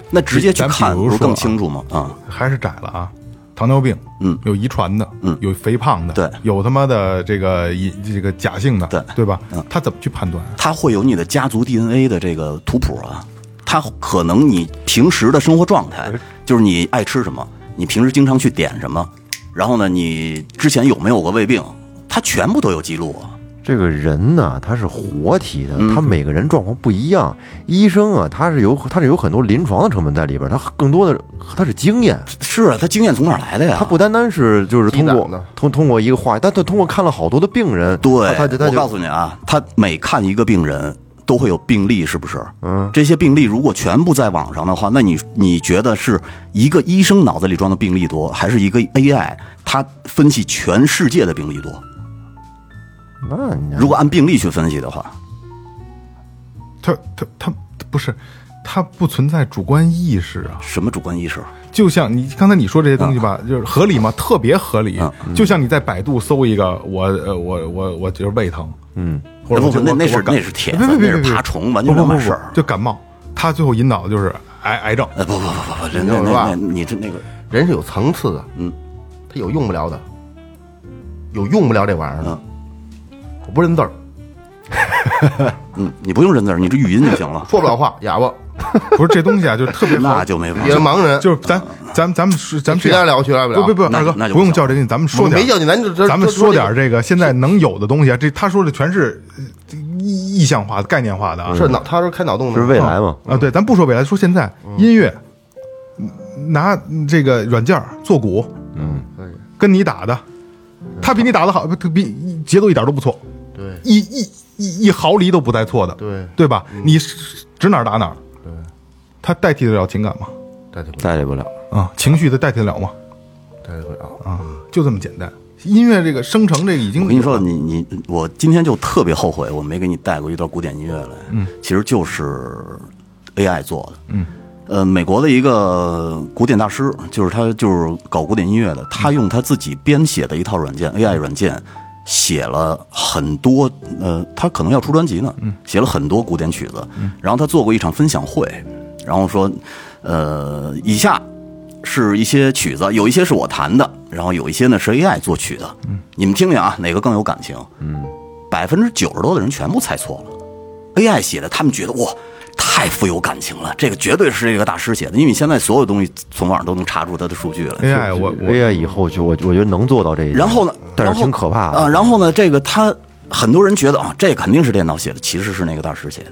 S4: 那直接去
S1: 咱
S4: 看
S1: 比
S4: 不
S1: 如说
S4: 是
S1: 啊
S4: 更清楚吗？啊、
S1: 还是窄了啊。糖尿病，
S4: 嗯
S1: 有遗传的，
S4: 嗯
S1: 有肥胖的，
S4: 对
S1: 有他妈的这个隐这个假性的，
S4: 对
S1: 对吧？
S4: 嗯
S1: 他怎么去判断啊？
S4: 它会有你的家族 DNA 的这个图谱啊，它可能你平时的生活状态，就是你爱吃什么，你平时经常去点什么，然后呢，你之前有没有过胃病，它全部都有记录啊。
S3: 这个人呢，他是活体的，
S4: 嗯
S3: 他每个人状况不一样。医生啊，他是有他是有很多临床的成分在里边，他更多的他是经验，
S4: 是啊，它经验从哪儿来的呀？
S3: 他不单单是就是通
S2: 积攒
S3: 过
S2: 的
S3: 通通过一个话，但他通过看了好多的病人，
S4: 对，
S3: 他他就他
S4: 我告
S3: 就
S4: 诉你啊，他每看一个病人都会有病例，是不是？嗯，这些病例如果全部在网上的话，那你你觉得是一个医生脑子里装的病例多，还是一个 AI 他分析全世界的病例多？
S3: 那你
S4: 如果按病例去分析的话，
S1: 他他他不是，他不存在主观意识啊。
S4: 什么主观意识？
S1: 就像你刚才你说这些东西
S4: 嗯
S1: 吧，就是合理吗？特别合理。就像你在百度搜一个我呃我我我就是胃疼，嗯，或者
S4: 不
S1: 我
S4: 不，
S1: 就
S4: 那
S1: 我
S4: 那是
S1: 我感
S4: 那是帖子
S1: 别，别
S4: 那
S1: 别
S4: 是
S1: 别
S4: 爬虫，完全两码事儿。
S1: 就感冒，他最后引导的就是癌癌 症。
S4: 呃，不不不不不，那那
S2: 是吧
S4: 那你这那个
S2: 人是有层次的，
S4: 嗯，
S2: 他有用不了的，有用不了这玩意儿的。我不认字儿，
S4: 嗯，你不用认字儿，你这语音就行了，
S2: 说不了话，哑巴，
S1: 不是这东西啊，就是特别好
S4: 那就没法
S2: 也是
S4: 儿。
S2: 盲人，
S1: 就是咱咱咱们是咱们
S2: 取代不了，取代不了。
S1: 不不不，
S4: 那
S1: 二哥
S4: 那就
S1: 不用
S4: 不行
S1: 较这劲，咱们
S2: 我
S1: 说点
S2: 没叫你，咱就这
S1: 咱们
S2: 就
S1: 说
S2: 这
S1: 点
S2: 个
S1: 这个现在能有的东西啊，这他说的全是呃意意象化、概念化的啊。
S2: 是脑，他说开脑洞的，
S3: 是未来嘛，
S1: 啊，对，咱不说未来，说现在音乐，嗯拿这个软件儿做鼓，嗯，跟你打的，他比你打的好，不比节奏一点都不错，
S2: 对
S1: 一一一一毫厘都不带错的，
S2: 对嗯
S1: 对吧？你是指哪儿打哪儿，对，他代替得了情感吗？
S2: 代替不了，
S3: 代理不了。
S1: 啊，情绪的代替得了吗？
S2: 代替不了。
S1: 啊，就这么简单。音乐这个生成这个已经，
S4: 我跟你说，你你我今天就特别后悔，我没给你带过一段古典音乐来。嗯，其实就是 AI 做的。嗯，呃，美国的一个古典大师，就是他就是搞古典音乐的，他用他自己编写的一套软件 AI 软件，写了很多呃，他可能要出专辑呢，写了很多古典曲子。然后他做过一场分享会，然后说，呃，以下是一些曲子，有一些是我弹的，然后有一些呢是 AI 作曲的。你们听听啊，哪个更有感情？嗯，百分之九十多的人全部猜错了，AI 写的，他们觉得哇。太富有感情了，这个绝对是这个大师写的，因为你现在所有东西从网上都能查出他的数据了。
S1: AI 哎我我
S3: AI 哎以后就我我觉得能做到这一点，
S4: 然后呢？
S3: 但
S4: 然
S3: 是
S4: 后
S3: 挺可怕的
S4: 啊。然后呢？这个他很多人觉得啊，这肯定是电脑写的，其实是那个大师写的。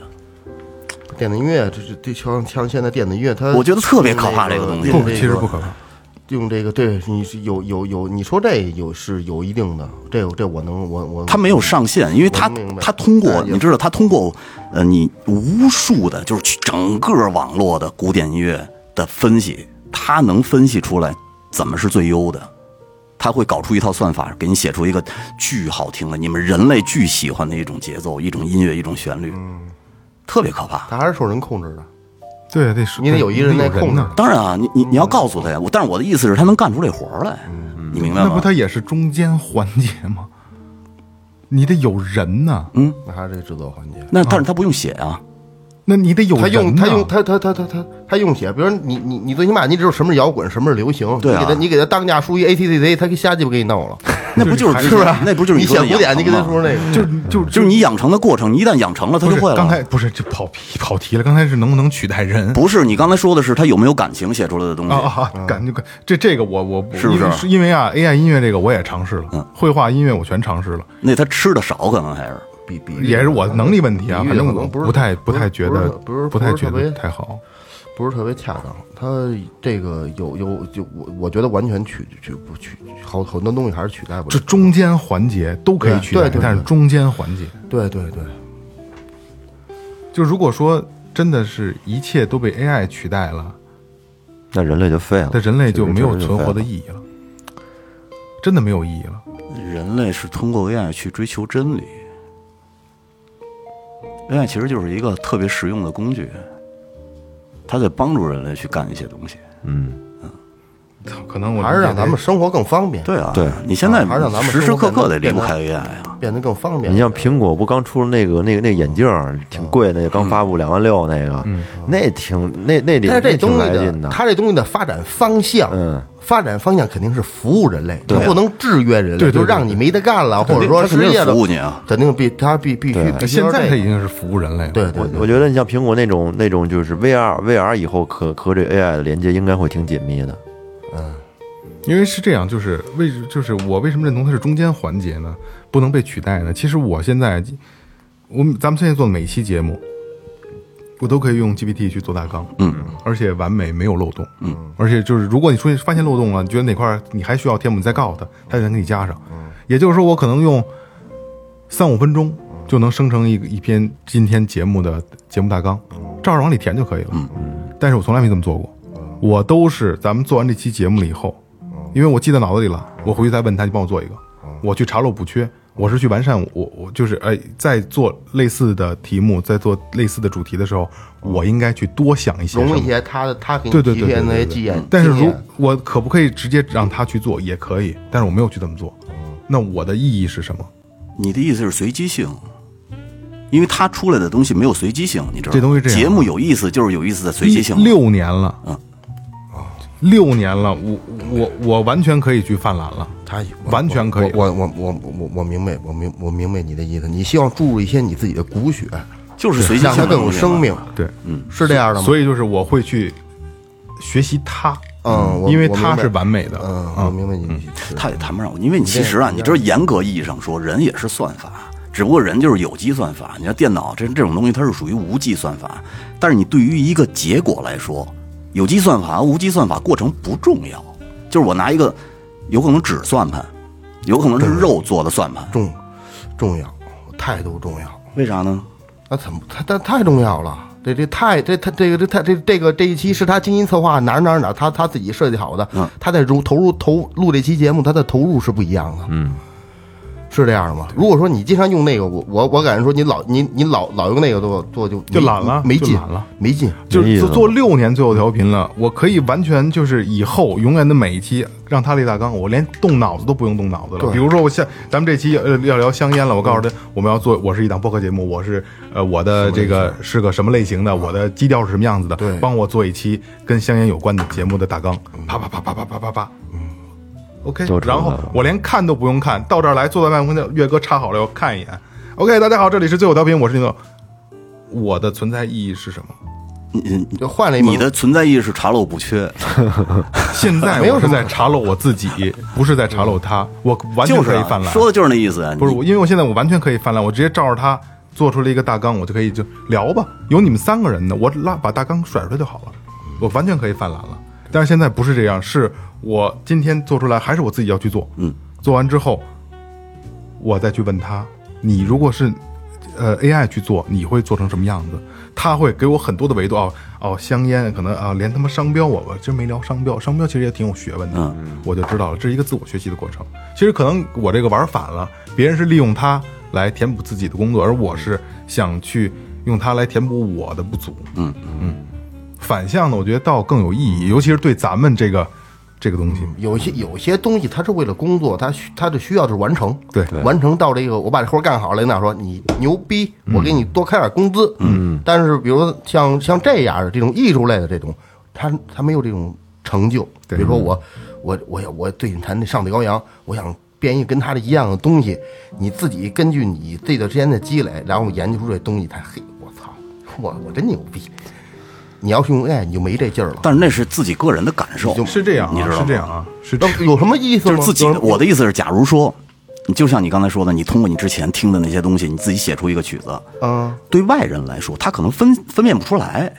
S2: 电子音乐，这是对像像现在电子音乐，它
S4: 我觉得特别可怕
S2: 这
S4: 这个东西
S1: 不其实不可怕。
S2: 用这个对你是有有有，你说这有是有一定的，这这我能我我
S4: 他没有上限，因为他
S2: 我明白
S4: 他通过
S2: 嗯也
S4: 你知道，他通过呃你无数的，就是去整个网络的古典音乐的分析，他能分析出来怎么是最优的。他会搞出一套算法，给你写出一个巨好听的，你们人类巨喜欢的一种节奏、一种音乐、一种旋律，
S2: 嗯
S4: 特别可怕。
S2: 他还是受人控制的，
S1: 对，得是
S2: 你得有一个人在控制
S1: 呢。
S4: 当然啊，你你你要告诉他呀，我但是我的意思是，他能干出这活儿来，
S2: 嗯
S4: 你明白
S1: 那
S4: 吗？
S1: 不他也是中间环节吗？你得有人呐，
S2: 那还是这制作环节。
S4: 那但是他不用写啊，
S1: 那你得有
S2: 他用
S1: 人呐。
S2: 他用他他他他他他用写，比如说你你你最起码你知道什么是摇滚，什么是流行，
S4: 对啊
S2: 你给他你给他当架输一 A T C C，他给瞎鸡巴给你弄了，
S4: 那不 就是
S1: 是
S4: 不
S2: 是吧？
S4: 那不就是
S2: 你
S4: 说
S2: 写
S4: 的
S2: 古典，
S4: 养
S2: 你给他
S4: 成吗
S2: 说那个，
S1: 就就
S4: 就是你养成的过程，你一旦养成了，他
S1: 不
S4: 就是会了。
S1: 刚才不是这跑题跑题了，刚才是能不能取代人？
S4: 不是你刚才说的是他有没有感情写出来的东西，
S2: 哦
S1: 啊啊
S2: 嗯
S1: 啊！感觉这这个我我不
S4: 是不是
S1: 因为是因为啊，AI 音乐这个我也尝试
S2: 嗯
S1: 了，绘画、音乐我全尝试了，
S4: 那他吃的少可能还是。
S2: 比比
S1: 也是我能力问题啊，
S2: 比喻
S1: 反
S2: 嗯
S1: 正
S2: 可
S1: 我
S2: 能不是
S1: 太
S2: 不
S1: 不
S2: 是
S1: 太觉
S2: 不
S1: 得
S2: 是不是
S1: 不太
S2: 不是
S1: 觉
S2: 特
S1: 得
S2: 别
S1: 太好。
S2: 不是特别恰当。他这个有有就我我觉得完全取取不取好很多东西还是取代不
S1: 这
S2: 了。
S1: 中间环节都可以
S2: 对
S1: 取代
S2: 对，对
S1: 但是
S2: 对
S1: 中间环节，
S2: 对对对，
S1: 就如果说真的是一切都被 AI 取代了，
S3: 那人类就废了，
S1: 那人类就没有
S3: 这个
S1: 存活的
S3: 意
S1: 意义了，真的没有意义了。
S4: 人类是通过 AI 去追求真理，AI 其实就是一个特别实用的工具，它在帮助人类去干一些东西。
S3: 嗯
S1: 操可能我
S2: 还是让咱们
S1: 理
S2: 生活更方便，
S4: 对啊，
S3: 对
S4: 你现在
S2: 还是让咱们
S4: 时时
S2: 生活在
S4: 刻刻
S2: 能
S4: 得离
S2: 变
S4: 不
S2: 得
S4: 开 AI 啊。
S2: 变得更方便。
S3: 你像苹果不刚出了那个那个那个眼镜儿挺贵，那个刚发布两万六那个，那挺那那里
S2: 但是
S3: 那
S2: 这东
S3: 挺
S2: 西
S3: 来
S2: 的
S3: 劲，的，
S2: 它这东西的发展方向，
S3: 嗯，
S2: 发展方向肯定是服务人类，它
S4: 对啊
S2: 不能制约人类，
S1: 对对对
S2: 就让你没得干了，或者说
S4: 它肯
S2: 失
S4: 定
S2: 业
S4: 是
S2: 了
S4: 服，务你啊，
S2: 肯定必它必必须
S3: 对
S2: 必须
S1: 现
S2: 要
S1: 在
S2: 这
S1: 它
S2: 个
S1: 已经是服务人类了。
S2: 对对
S3: 我我觉得你像苹果那种那种就是 VR VR 以后可和这 AI 的连接应该会挺紧密的，
S1: 因为是这样，就是为就是我为什么认同它是中间环节呢？不能被取代呢？其实我现在，我们咱们现在做的每一期节目，我都可以用 GPT 去做大纲，嗯，而且完美没有漏洞，嗯，而且就是如果你出现发现漏洞了，你觉得哪块儿你还需要填补，你再告诉他，他就能给你加上。
S2: 嗯
S1: 也就是说，我可能用三五分钟
S2: 嗯
S1: 就能生成一个一篇今天节目的节目大纲，
S2: 嗯
S1: 照着往里填就可以了。但是我从来没这么做过，我都是咱们做完这期节目了以后，
S2: 嗯
S1: 因为我记在脑子里了，我回去再问他，你帮我做一个，我去查漏补缺，我是去完善我我就是哎，在做类似的题目，在做类似的主题的时候，我应该去多想一些什
S2: 嗯融
S1: 么
S2: 一。些它的它给
S1: 对
S2: 你
S1: 对
S2: 嗯提
S1: 对对
S2: 炼那
S1: 对
S2: 些
S1: 对
S2: 经验。
S1: 但是
S2: 经
S1: 如
S2: 验
S1: 我可不可以直接让他去做也可以，但是我没有去这么做，
S2: 哦
S1: 那我的意义是什么？
S4: 你的意思是随机性，因为它出来的东西没有随机性，你知道吗？
S1: 这东西
S2: 啊
S1: 这样
S4: 节目有意思就是有意思在随机性。
S1: 六年了，啊
S4: 嗯，
S1: 六年了，我我我完全可以去犯懒了，
S2: 他
S1: 完全可以
S2: 我我我我我我明白，我明我明白你的意思。你希望注入一些你自己的骨血，
S4: 就是随机性
S2: 让它
S4: 的
S2: 更
S4: 东
S2: 有
S4: 西嘛嗯
S2: 生命，
S1: 对，
S2: 是这样的吗？
S1: 所
S2: 以，
S1: 以就是我会去学习它，
S2: 嗯，我
S1: 因为
S2: 我明
S1: 它
S2: 白
S1: 是完美的，
S2: 嗯，我
S1: 嗯，
S2: 明白你的意思。
S4: 他也谈不上，因为你其实啊，你知道严格意义上说，人也是算法，只不过人就是有机算法。你看电脑这这种东西，它是属于无机算法。但是你对于一个结果来说，有机算法和无机算法过程不重要。就是我拿一个，有可能纸算盘，有可能是肉做的算盘，
S2: 重重要，态度重要。
S4: 为啥呢？
S2: 那怎么？他他太重要了。这这太这他这个这他这这个这一期是他精心策划哪儿哪儿哪儿他他自己设计好的，
S4: 嗯
S2: 他在入投入投录这期节目，他的投入是不一样的，嗯，是这样的吗？如果说你经常用那个，我我我感觉说你老你你老老用那个做做就
S1: 就
S2: 没
S1: 懒了
S2: 没
S1: 就
S2: 劲
S1: 懒了，
S2: 没劲，
S1: 就是
S3: 意思
S1: 做
S3: 了
S1: 做六年最后调频了，我可以完全就是以后永远的每一期让它立大纲，我连动脑子都不用动脑子了。
S2: 对
S1: 比如说我像咱们这期要要聊香烟了，我告诉他我们要做，我是一档播客节目，我是呃我的这个是个什么类型的，我的基调是什么样子的
S2: 对，
S1: 嗯帮我做一期跟香烟有关的节目的大纲，啪啪啪啪啪啪啪啪，嗯 OK，
S3: 就出来
S1: 然
S3: 了
S1: 后我连看都不用看，到这儿来坐在麦克风前，岳哥插好了，我看一眼。OK，大家好，这里是最后调频，我是牛。我的存在意义是什么？
S4: 你
S2: 就换了一门
S4: 你的存在意义是查漏补缺，
S1: 现在
S2: 没有
S1: 我
S2: 什
S1: 是
S2: 么
S1: 在查漏我自己，不是在查漏他，我完全
S4: 就是
S1: 可以
S4: 啊
S1: 泛滥。
S4: 说的就是那意思啊。
S1: 不是
S4: 你
S1: 我，因为我现在我完全可以泛滥，我直接照着他做出了一个大纲，我就可以就聊吧。有你们三个人呢，我拉把大纲甩出来就好了，我完全可以泛滥了。但是现在不是这样，是我今天做出来还是我自己要去做，嗯，做完之后我再去问他，你如果是呃 AI 去做，你会做成什么样子？他会给我很多的维度哦哦，香烟可能啊，连他妈商标我我真没聊商标，商标其实也挺有学问的，
S4: 嗯
S1: 我就知道了，这是一个自我学习的过程。其实可能我这个玩反了，别人是利用它来填补自己的工作，而我是想去用它来填补我的不足。嗯嗯，反向的我觉得倒更有意义，尤其是对咱们这个这个东西。
S4: 嗯
S2: 有些有些东西，它是为了工作，它需它的需要是完成，
S1: 对
S2: 完成到这个我把这活儿干好了，领导说你牛逼，我给你多开点工资，嗯，但是比如说像像这样的这种艺术类的这种，他他没有这种成就，比
S1: 对
S2: 如说我我我我最近谈那上帝羔羊，我想编一个跟他的一样的东西，你自己根据你这段时间的积累，然后研究出这东西，他嘿，我操，我我真牛逼，你要是用 AI 你就没这劲儿了，
S4: 但是那是自己个人的感受，
S1: 是这样
S4: 你
S1: 啊，
S4: 知道吗
S1: 是这样啊，是这
S2: 那
S1: 样
S2: 有什么意思
S4: 就
S2: 吗？
S4: 是自己
S2: 有
S4: 的。
S2: 什么
S4: 我的意思是，假如说，你就像你刚才说的，你通过你之前听的那些东西，你自己写出一个曲子，
S2: 嗯。
S4: 对外人来说，他可能分分辨不出来。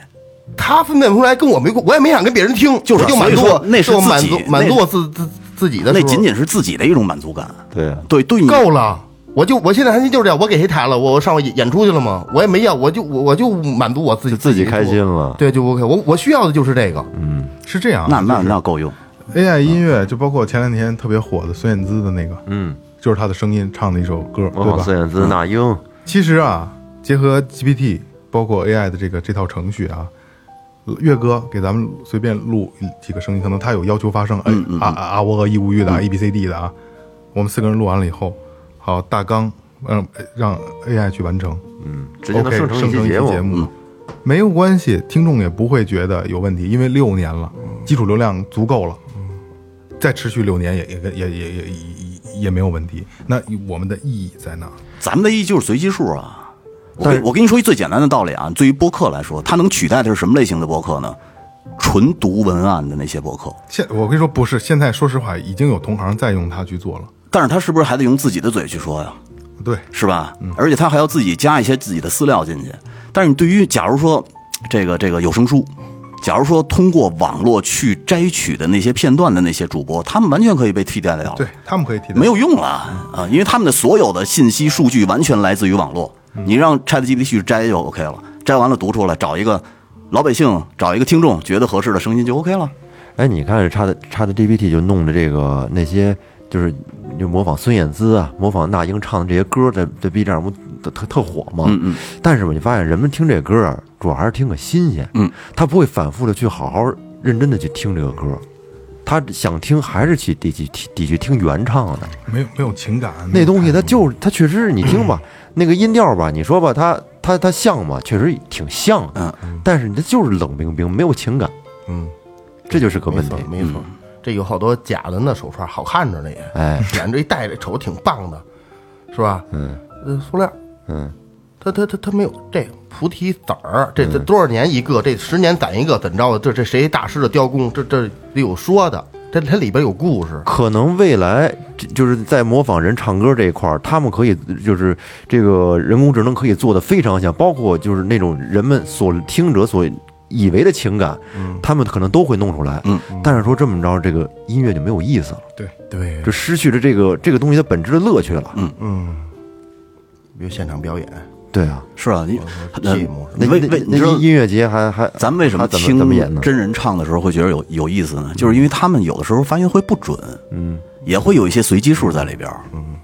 S2: 他分辨不出来，跟我没关，我也没想跟别人听，
S4: 就是
S2: 我就满足
S4: 所以
S2: 我
S4: 说，那是
S2: 就我
S4: 自
S2: 满
S4: 己
S2: 足
S4: 那
S2: 满足我自自自己的时
S4: 那
S2: 候，
S4: 仅仅是自己的一种满足感。
S3: 对啊，
S4: 对，对你
S2: 够了。我就我现在还就是这样，我给谁抬了？我我上演演出去了吗？我也没要，我就我我就满足我自己，
S3: 就自己开心
S2: 了。
S3: 了。
S2: 对，就 OK。我我需要的就是这个，
S4: 嗯
S1: 是这样啊。
S4: 那那那够用。
S1: AI 音乐就包括前两天特别火的孙燕姿的那个，嗯，就是她的声音唱的一首歌，
S3: 模
S1: 对
S3: 仿
S1: 吧？
S3: 孙燕姿、那英，
S1: 其实啊，结合 GPT 包括 AI 的这个这套程序啊，岳哥给咱们随便录几个声音，可能他有要求发声，哎、
S3: 嗯
S1: 啊啊啊，我呃一无语的啊，A B C D 的啊，我们四个人录完了以后，好大纲让让 AI 去完成，
S3: 直接能
S1: OK，
S3: 生成一期
S1: 节
S3: 目。嗯
S1: 没有关系，听众也不会觉得有问题，因为六年了，基础流量足够了，再持续六年也也也也也也也没有问题。那我们的意义在哪？
S4: 咱们的意义就是随机数啊。我
S3: 但
S4: 跟
S3: 是
S4: 我跟你说一最简单的道理啊，对于播客来说，它能取代的是什么类型的播客呢？纯读文案的那些播客，
S1: 现我跟你说，不是现在，说实话，已经有同行在用它去做了。
S4: 但是它是不是还得用自己的嘴去说呀？
S1: 对，
S4: 是吧？
S3: 嗯
S4: 而且他还要自己加一些自己的资料进去。但是你对于假如说这个这个有声书，假如说通过网络去摘取的那些片段的那些主播，他们完全可以被替代掉，
S1: 对，他们可以替代，
S4: 没有用了啊，因为他们的所有的信息数据完全来自于网络。
S3: 嗯
S4: 你让 ChatGPT 去摘就 OK 了，摘完了读出来，找一个老百姓，找一个听众觉得合适的声音就 OK 了。
S3: 哎，你看叉的叉的 GPT 就弄的这个那些就是就模仿孙燕姿啊，模仿那英唱的这些歌，在在 B 站不特特特火嘛。嗯嗯。但是吧，你发现人们听这歌啊，主要还是听个新鲜。嗯。他不会反复的去好好认真的去听这个歌，他想听还是去得去得去听原唱的。
S2: 嗯
S1: 没有没有情感
S3: 那东西它就是它确实是你听
S2: 嗯
S3: 吧，那个音调吧，你说吧，它它它像吗？确实挺像的，但是你它就是冷冰冰，没有情感，
S2: 嗯，
S3: 这就是个
S2: 没
S3: 问题
S2: 错。没
S4: 嗯
S2: 错。这有好多假的呢，手串好看着呢也，
S3: 哎，
S2: 眼这一戴着瞅着挺棒的，是吧？嗯，呃，塑料，
S3: 嗯，
S2: 它它它它没有这个菩提子儿，这这多少年一个，这十年攒一个，怎么着？这这谁大师的雕工，这这得有说的，这它里边有故事。
S3: 可能未来这就是在模仿人唱歌这一块儿，他们可以就是这个人工智能可以做的非常像，包括就是那种人们所听者所以为的情感，
S4: 嗯
S3: 他们可能都会弄出来。嗯，但是说这么着，这个音乐就没有意思了，
S1: 对，
S2: 对，
S3: 就失去了这个这个东西的本质的乐趣了。嗯，
S2: 比如现场表演，
S3: 对啊。
S4: 是啊，你呃
S2: 谢幕
S3: 那
S4: 你为
S3: 那
S4: 为你
S3: 那
S4: 知道
S3: 音乐节还还
S4: 咱们为什
S3: 还
S4: 么
S3: 怎
S4: 听
S3: 怎么演呢？
S4: 真人唱的时候会觉得有有意思呢？就是因为他们有的时候发音会不准，嗯，也会有一些随机数在里边，嗯。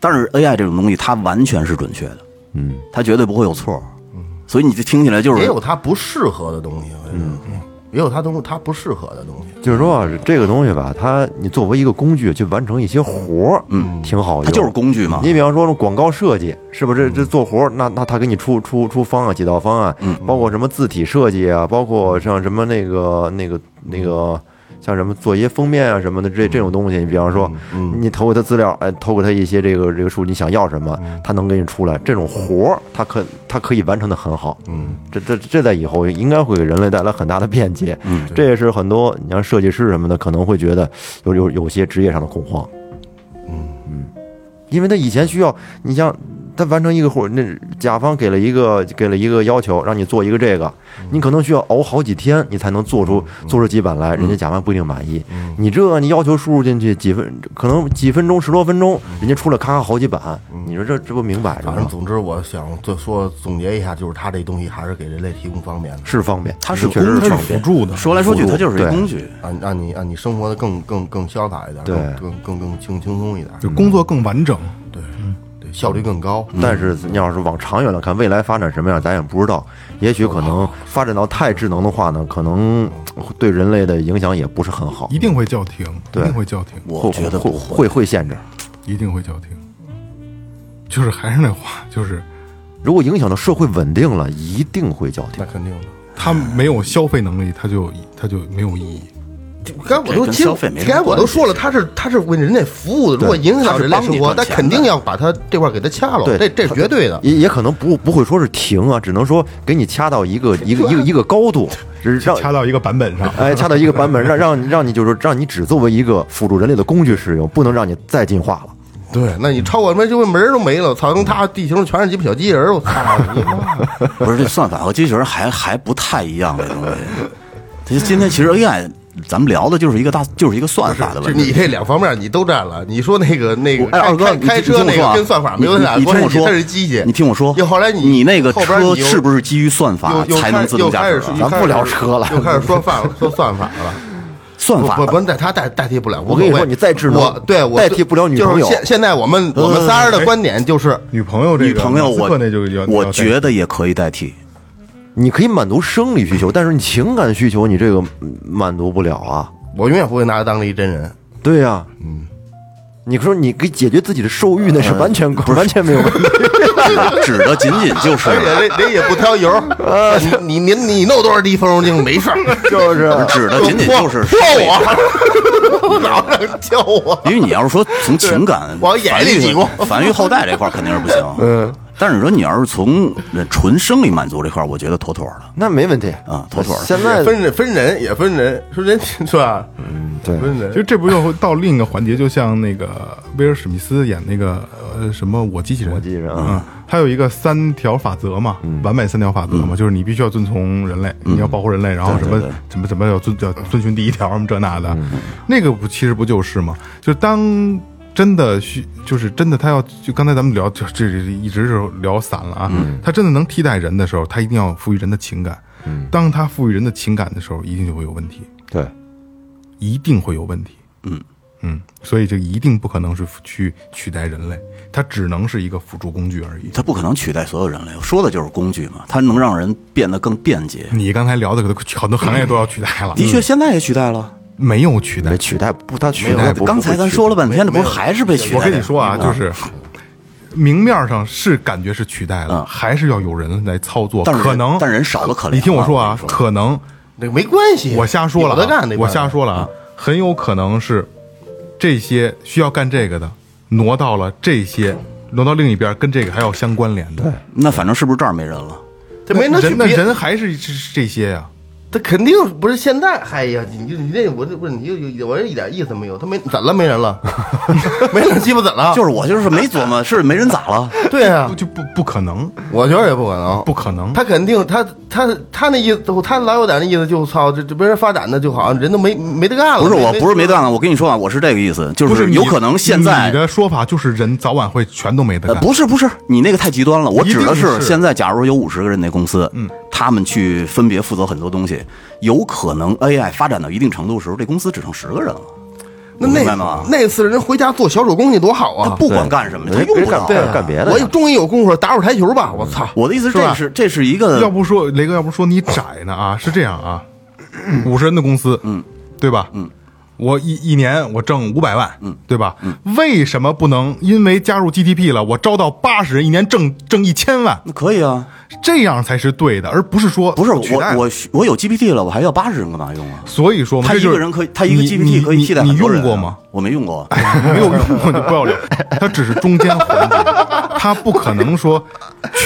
S4: 但是 AI 这种东西，它完全是准确的，嗯，它绝对不会有错，嗯。所以你就听起来就是
S2: 也有它不适合的东西，我觉得也有它东它不适合的东西。
S3: 就是说啊这个东西吧，它你作为一个工具去完成一些活儿，嗯，挺好用。
S4: 它就是工具嘛
S3: 你比方说广告设计，是不是这做活儿？那那它给你出出出方啊案、几道嗯啊方案，包括什么字体设计啊，包括像什么那个那个那个像什么做一些封面啊什么的这这种东西，你比方说，你投给他资料，哎，投给他一些这个这个数，你想要什么，他能给你出来。这种活儿，他可他可以完成的很好。嗯，这这这在以后应该会给人类带来很大的便捷。嗯，这也是很多你像设计师什么的可能会觉得有有有些职业上的恐慌。因为他以前需要你像他完成一个活，那甲方给了一个给了一个要求，让你做一个这个，
S4: 嗯
S3: 你可能需要熬好几天，你才能做出做出几版
S4: 嗯
S3: 来，人家甲方不一定满意。你这你要求输入进去几分，可能几分钟十多分钟，
S4: 嗯
S3: 人家出了咔咔好几版，你说这这不明摆着
S2: 反正
S3: 吗？
S2: 总之，我想做说总结一下，就是它这东西还是给人类提供方便的，
S3: 是方便，
S4: 它是
S3: 确实
S4: 工具
S3: 是方
S1: 辅
S3: 便。
S1: 助的，
S4: 说来说去，它就是一
S3: 对
S4: 工具。
S2: 让让你让你生活的更更更潇洒一点，
S3: 对
S2: 更更更更轻轻松一点，
S1: 就工作更完整。
S2: 对，效率更高。
S3: 但是你要是往长远了看，未来发展什么样，咱也不知道。也许可
S4: 哦
S3: 能发展到太智能的话呢，可能对人类的影响也不是很好
S1: 一，定会叫停，一
S3: 对
S1: 定会叫停，
S4: 我觉得
S3: 会
S4: 不
S3: 会会限制。
S1: 一定会叫停。就是还是那话，就是
S3: 如果影响到社会稳定了，一定会叫停
S2: 那。肯定的，
S1: 他没有消费能力，他就他就没有意义。
S2: 该我都
S4: 跟
S2: 其实
S4: 消费没什么
S2: 该我都
S4: 关系
S2: 说了，他是他是为人类服务的，如果影响到人类生活，
S4: 他
S2: 那
S4: 是帮
S2: 肯
S4: 你赚钱的
S2: 定要把他这块给他掐了，
S3: 对
S2: 这这是绝对的。
S3: 也也可能不不会说是停啊，只能说给你掐到一个一个一个一个高度，只是
S4: 哦
S3: 让
S1: 掐到一个版本上，
S3: 哎掐到一个版本，让让让你就是让你只作为一个辅助人类的工具使用，不能让你再进化了。
S2: 对，那你超过他妈就门儿都没了，操！跟他地球上全是鸡巴小机器人儿，我 操你妈！
S4: 不是这算法和机器人还还不太一样这东西。其实今天其实 AI 咱们聊的就是一个大就是一个算法的
S2: 就
S4: 问
S2: 你
S4: 题。
S2: 这两方面你都占了。你说那个那个
S4: 哎，
S2: 开
S4: 二哥，
S2: 开
S4: 你听
S2: 开
S4: 你听
S2: 车
S4: 我
S2: 那
S4: 说啊
S2: 个跟算法没有
S4: 你
S2: 俩
S4: 你听
S2: 关系，
S4: 我说，
S2: 它是机械。
S4: 你听我说，
S2: 又后来你
S4: 你那个
S2: 后边你
S4: 车
S2: 又
S4: 是不是基于算法
S2: 又又
S4: 才
S2: 开
S4: 能
S2: 始
S4: 自
S2: 又
S4: 动驾
S2: 开
S4: 驶
S2: 始
S4: 啊？
S2: 又
S3: 咱
S2: 开
S3: 不
S2: 始
S3: 聊车了
S2: 又开始说算说算法了。
S4: 算
S2: 不
S4: 法
S2: 不不，代他代代替不了。
S3: 我跟你
S2: 无所谓
S3: 说你再智能
S2: 我对我
S3: 代替不了女朋友
S2: 就
S3: 嗯
S2: 是现现在我们我们仨人的观点就是，
S1: 女朋友这个
S4: 女朋友
S1: 马斯
S4: 我
S1: 克那就要
S4: 我
S1: 要
S4: 觉得也可以 代替。
S3: 你可以满足生理需求，但是你情感需求你这个嗯满足不了啊。
S2: 我永远不会拿他当成一真人。
S3: 对呀、嗯，你说你给解决自己的兽欲，那是完全、完全没有问题。
S4: 指的仅仅就是
S3: 啊
S2: 而且人人也不 挑油儿，你你你你弄多少滴风油精没事儿，
S3: 就是啊
S4: 指的仅仅就是
S2: 说 我，老让教 我。
S4: 因为你要是说从情感
S2: 往眼
S4: 繁
S2: 里挤
S4: 育
S2: 过
S4: 繁育后代这块儿肯定是不行。嗯，但是你说你要是从纯生理满足这块儿，我觉得妥妥的
S3: 那没问题。
S4: 啊，妥妥的。
S3: 现在
S2: 分人分人也分人，说人是吧？
S3: 嗯对
S2: 分
S1: 其实
S2: 人。
S1: 这不又到另一个环节，就像那个威尔史密斯演那个呃什么我机器人，我
S3: 机器人啊嗯
S1: 嗯，他有一个三条法则嘛，完美三条法则嘛，就是你必须要遵从人类，你要保护人类，然后什么怎么怎么要遵要遵循第一条什么这那
S3: 嗯
S1: 的，那个不其实不就是嘛，就是当。真的需就是真的，他要就刚才咱们聊，就这这一直是聊散了啊。
S3: 嗯
S1: 他真的能替代人的时候，他一定要赋予人的情感。
S3: 嗯
S1: 当他赋予人的情感的时候，一定就会有问题。
S3: 对，
S1: 一定会有问题。嗯嗯，所以这一定不可能是去取代人类，它只能是一个辅助工具而已。
S4: 它不可能取代所有人类，我说的就是工具嘛，它能让人变得更便捷。
S2: 嗯
S1: 你刚才聊的可都很多行业都要取代了，
S4: 的确，现在也取代了。
S1: 没有取
S3: 没
S1: 代。
S3: 取代不，他取
S1: 哎
S3: 代不。
S4: 刚才咱说了半天，这不是
S2: 没有
S4: 还是被取代？
S1: 我跟你说啊，就是明面上是感觉是取代了，
S4: 嗯
S1: 还是要有人来操作，
S4: 但是
S1: 可能
S4: 但人少得可怜啊
S1: 你听我说啊
S4: 我，跟你说
S1: 可能
S2: 那没关系，
S1: 我瞎说了
S2: 有的干
S1: 啊
S2: 那，
S1: 我瞎
S2: 帮人
S1: 说了啊，很有可能是这些需要干这个的挪到了这些，挪到另一边，跟这个还要相关联的。
S4: 那反正是不是这儿没人了？
S2: 这没能去
S1: 人那
S2: 别
S1: 人还是这这些呀、
S2: 他肯定不是现在。哎呀，你你你这我这不是你就有我这一点意思没有。他没怎了没人 了，没人鸡巴怎了？
S4: 就是我就是没 琢磨，是没人咋了？
S2: 对啊
S1: 不，就不不可能，
S2: 我觉得也不可能，
S1: 不可能。
S2: 他肯定他他他那意思，他老有点那意思，就操这这别人发展的就好像人都没没得干了。
S4: 不是，
S2: 没
S4: 我
S2: 没
S4: 不是没干了。我跟你说啊，我是这个意思，就
S1: 不是你
S4: 有可能现
S1: 你
S4: 在。
S1: 的说法就是人早晚会全都没得
S4: 呃，
S1: 干，
S4: 不是不是，你那个太极端了。我
S1: 一定
S4: 指的
S1: 是
S4: 现在，假如有五十个人那公司，嗯，他们去分别负责很多东西，有可能 AI 发展到一定程度的时候，这公司只剩十个人了。
S2: 那
S4: 明白
S2: 那
S4: 吗
S2: 那次人回家做小手工去多好
S4: 他
S2: 啊！
S4: 不管干什么，他
S3: 人
S4: 用不
S3: 干
S4: 着。
S3: 哎别干别的呀，
S2: 我终于有功夫打会儿台球吧！我操！
S4: 我的意思是，
S1: 是吧
S4: 这是这是一个
S1: 要不说雷哥，要不说你窄呢啊？是这样啊，五十人的公司，嗯，对吧？嗯，我一一年我挣五百万，嗯，对吧？为什么不能因为加入 GTP 了，我招到八十人，一年挣挣一千万，
S4: 那可以啊，
S1: 这样才是对的，而不是说
S4: 不是
S1: 取代
S4: 我我我有 GPT 了，我还要八十人干嘛用啊？
S1: 所以说嘛，
S4: 他
S1: 这
S4: 一
S1: 就是
S4: 个人可以，他一个
S1: 你
S4: GPT 可以替代
S1: 你
S4: 很
S1: 你
S4: 多人啊
S1: 用过吗？？哎
S4: 我没用过，
S1: 没有用过就不要脸，它只是中间环节，它不可能说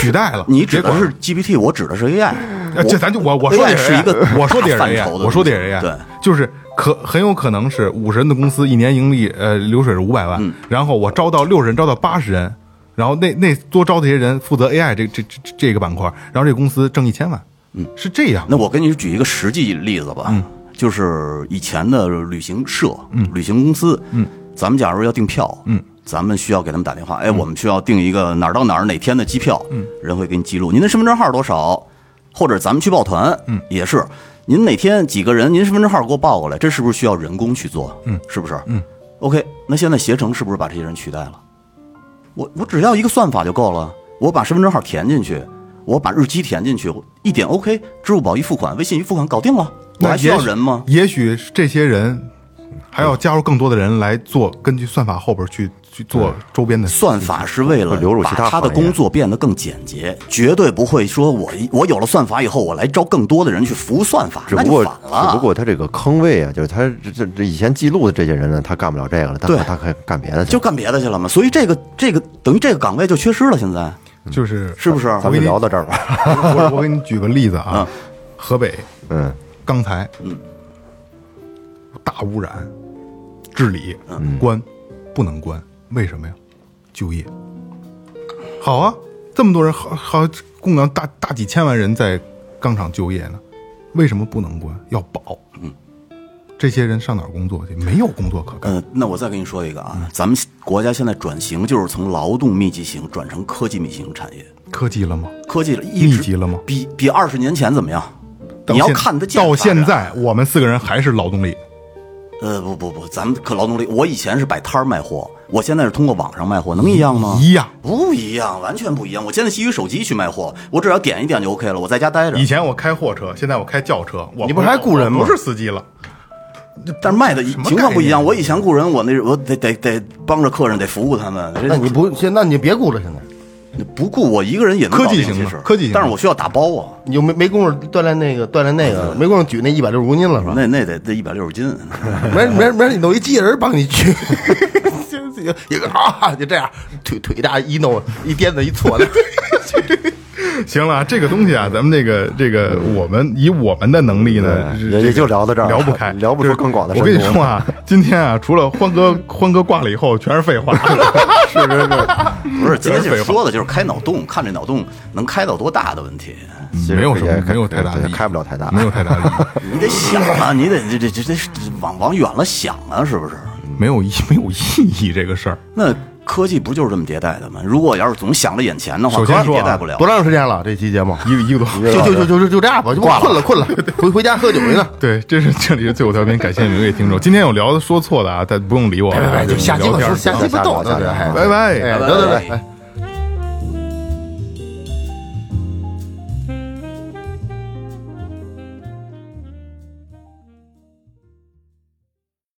S1: 取代了。
S4: 你指
S1: 别
S4: 的
S1: 管
S4: 是 GPT，我指的是 AI
S1: 呃。这咱就我我说的
S4: AI 是一个
S1: 我说的也是
S4: 大范
S1: AI，
S4: 畴的
S1: 我说的也
S4: 东西
S1: 是 AI，
S4: 对，
S1: 就是可很有可能是五十人的公司一年盈利呃流水是五百万，
S4: 嗯
S1: 然后我招到六十人，招到八十人，然后那那多招这些人负责 AI 这这这这这个板块，然后这公司挣一千万，嗯，是这样。
S4: 那我给你举一个实际例子
S1: 嗯
S4: 吧，就是以前的旅行社、旅行公司，嗯，咱们假如要订票，嗯，咱们需要给他们打电话，
S1: 嗯
S4: 哎，我们需要订一个哪儿到哪儿哪天的机票，嗯，人会给你记录您的身份证号多少，或者咱们去报团，嗯，也是您哪天几个人，您身份证号给我报过来，这是不是需要人工去做？嗯，是不是？嗯，OK，那现在携程是不是把这些人取代了？我我只要一个算法就够了，我把身份证号填进去，我把日期填进去，我一点 OK，支付宝一付款，微信一付款，搞定了。我
S1: 那
S4: 还需
S1: 也
S4: 要
S1: 许
S4: 人吗？
S1: 也许这些人还要加入更多的人来做，根据算法后边去去做周边的
S4: 算法是为了
S3: 会流入其
S4: 把
S3: 他
S4: 他的
S3: 行业
S4: 工作变得更简洁，绝对不会说我一我有了算法以后，我来招更多的人去服务算法，
S3: 只
S4: 那
S3: 不
S4: 就
S3: 过，
S4: 反了。
S3: 只不过他这个坑位啊，就是他这这这以前记录的这些人呢，他干不了这个了，他
S4: 对
S3: 他可以干别的去
S4: 就
S3: 了。
S4: 干别的去了嘛，所以这个这个等于这个岗位就缺失了，现在
S1: 就是
S4: 嗯是不是？
S3: 咱们聊到这儿吧。
S1: 我我给你举个例子啊，河北
S3: 嗯，
S1: 刚才，嗯，大污染，治理
S4: 嗯
S1: 关不能关，为什么呀？就业好啊，这么多人好好供养大大几千万人在钢厂就业呢，为什么不能关？要保，嗯，这些人上哪儿工作去？没有工作可干。
S4: 呃，那我再跟你说一个
S1: 嗯
S4: 啊，咱们国家现在转型就是从劳动密集型转成科技密集型产业，
S1: 科技了吗？
S4: 科技一直
S1: 密集了吗
S4: 比比二十年前怎么样？
S1: 到
S4: 你要
S1: 现
S4: 看得见
S1: 到
S4: 发展
S1: 现，在我们四个人还是劳动力，
S4: 呃，不不不，咱们可劳动力，我以前是摆摊儿卖货，我现在是通过网上卖货，能一样吗？
S1: 一样。
S4: 不一样，完全不一样。我现在基于手机去卖货，我只要点一点就 OK 了，我在家待着
S1: 以。前我开货车，现在我开轿车，我
S2: 你不是还雇人吗
S1: 我不是司机了，
S4: 但是卖的
S1: 么
S4: 情况不一
S1: 概念啊
S4: 样。我以前雇人，我那我得得得帮着客人，得服务他们。
S2: 那你不现，那你别雇了，现在
S4: 不雇我一个人也能
S1: 科技
S4: 搞定
S1: 型的
S4: 其实
S1: 科技型的
S4: 但是我需要打包啊。
S2: 你就没没工夫锻炼那个锻炼那
S4: 嗯
S2: 个，没工夫举那一百六十公斤了是吧？
S4: 那那得得一百六 十斤，
S2: 没没没，你弄一机器人帮你 举，就是一个啊，就这样，腿腿大一弄一颠子一搓的，
S1: 行了，这个东西啊，咱们这个这个，我们以我们的能力呢，
S3: 对
S1: 是
S3: 也也就聊到这儿
S1: 聊不开，
S3: 聊不出更广的
S1: 就是我跟
S3: 深
S1: 你
S3: 度
S1: 说啊，今天啊，除了欢哥欢哥挂了以后，全是废话。是是是，
S4: 不是今天就是
S1: 废话
S4: 说的就是开脑洞，看这脑洞能开到多大的问题。
S3: 其实
S1: 没有什么
S3: 也
S1: 没有太大的
S3: 对
S1: 意义嗯
S3: 开不了太大。
S1: 没有太大意义，
S4: 你得想啊，你得这这这这往往远了想啊，是不是？
S1: 没有意没有意义这个事儿。
S4: 那科技不就是这么迭代的吗？如果要是总想着眼前的话，
S1: 首先
S4: 科技
S1: 说啊
S4: 迭代不了
S2: 多。长时间了？这期节目
S1: 一个一个多，
S2: 就就就就就就这样 吧，就
S3: 挂了
S2: 困了困了，回回家喝酒去了。
S1: 对，这是这里是最后调频，感谢每位听众。今天有聊的说错的啊，但不用理我啊，
S2: 哎，就
S1: 就
S2: 下期
S1: 聊
S2: 不
S1: 天
S2: 说
S1: 儿
S2: 下期不逗，对对，哎
S1: 拜拜。
S2: 哎，得得得，哎。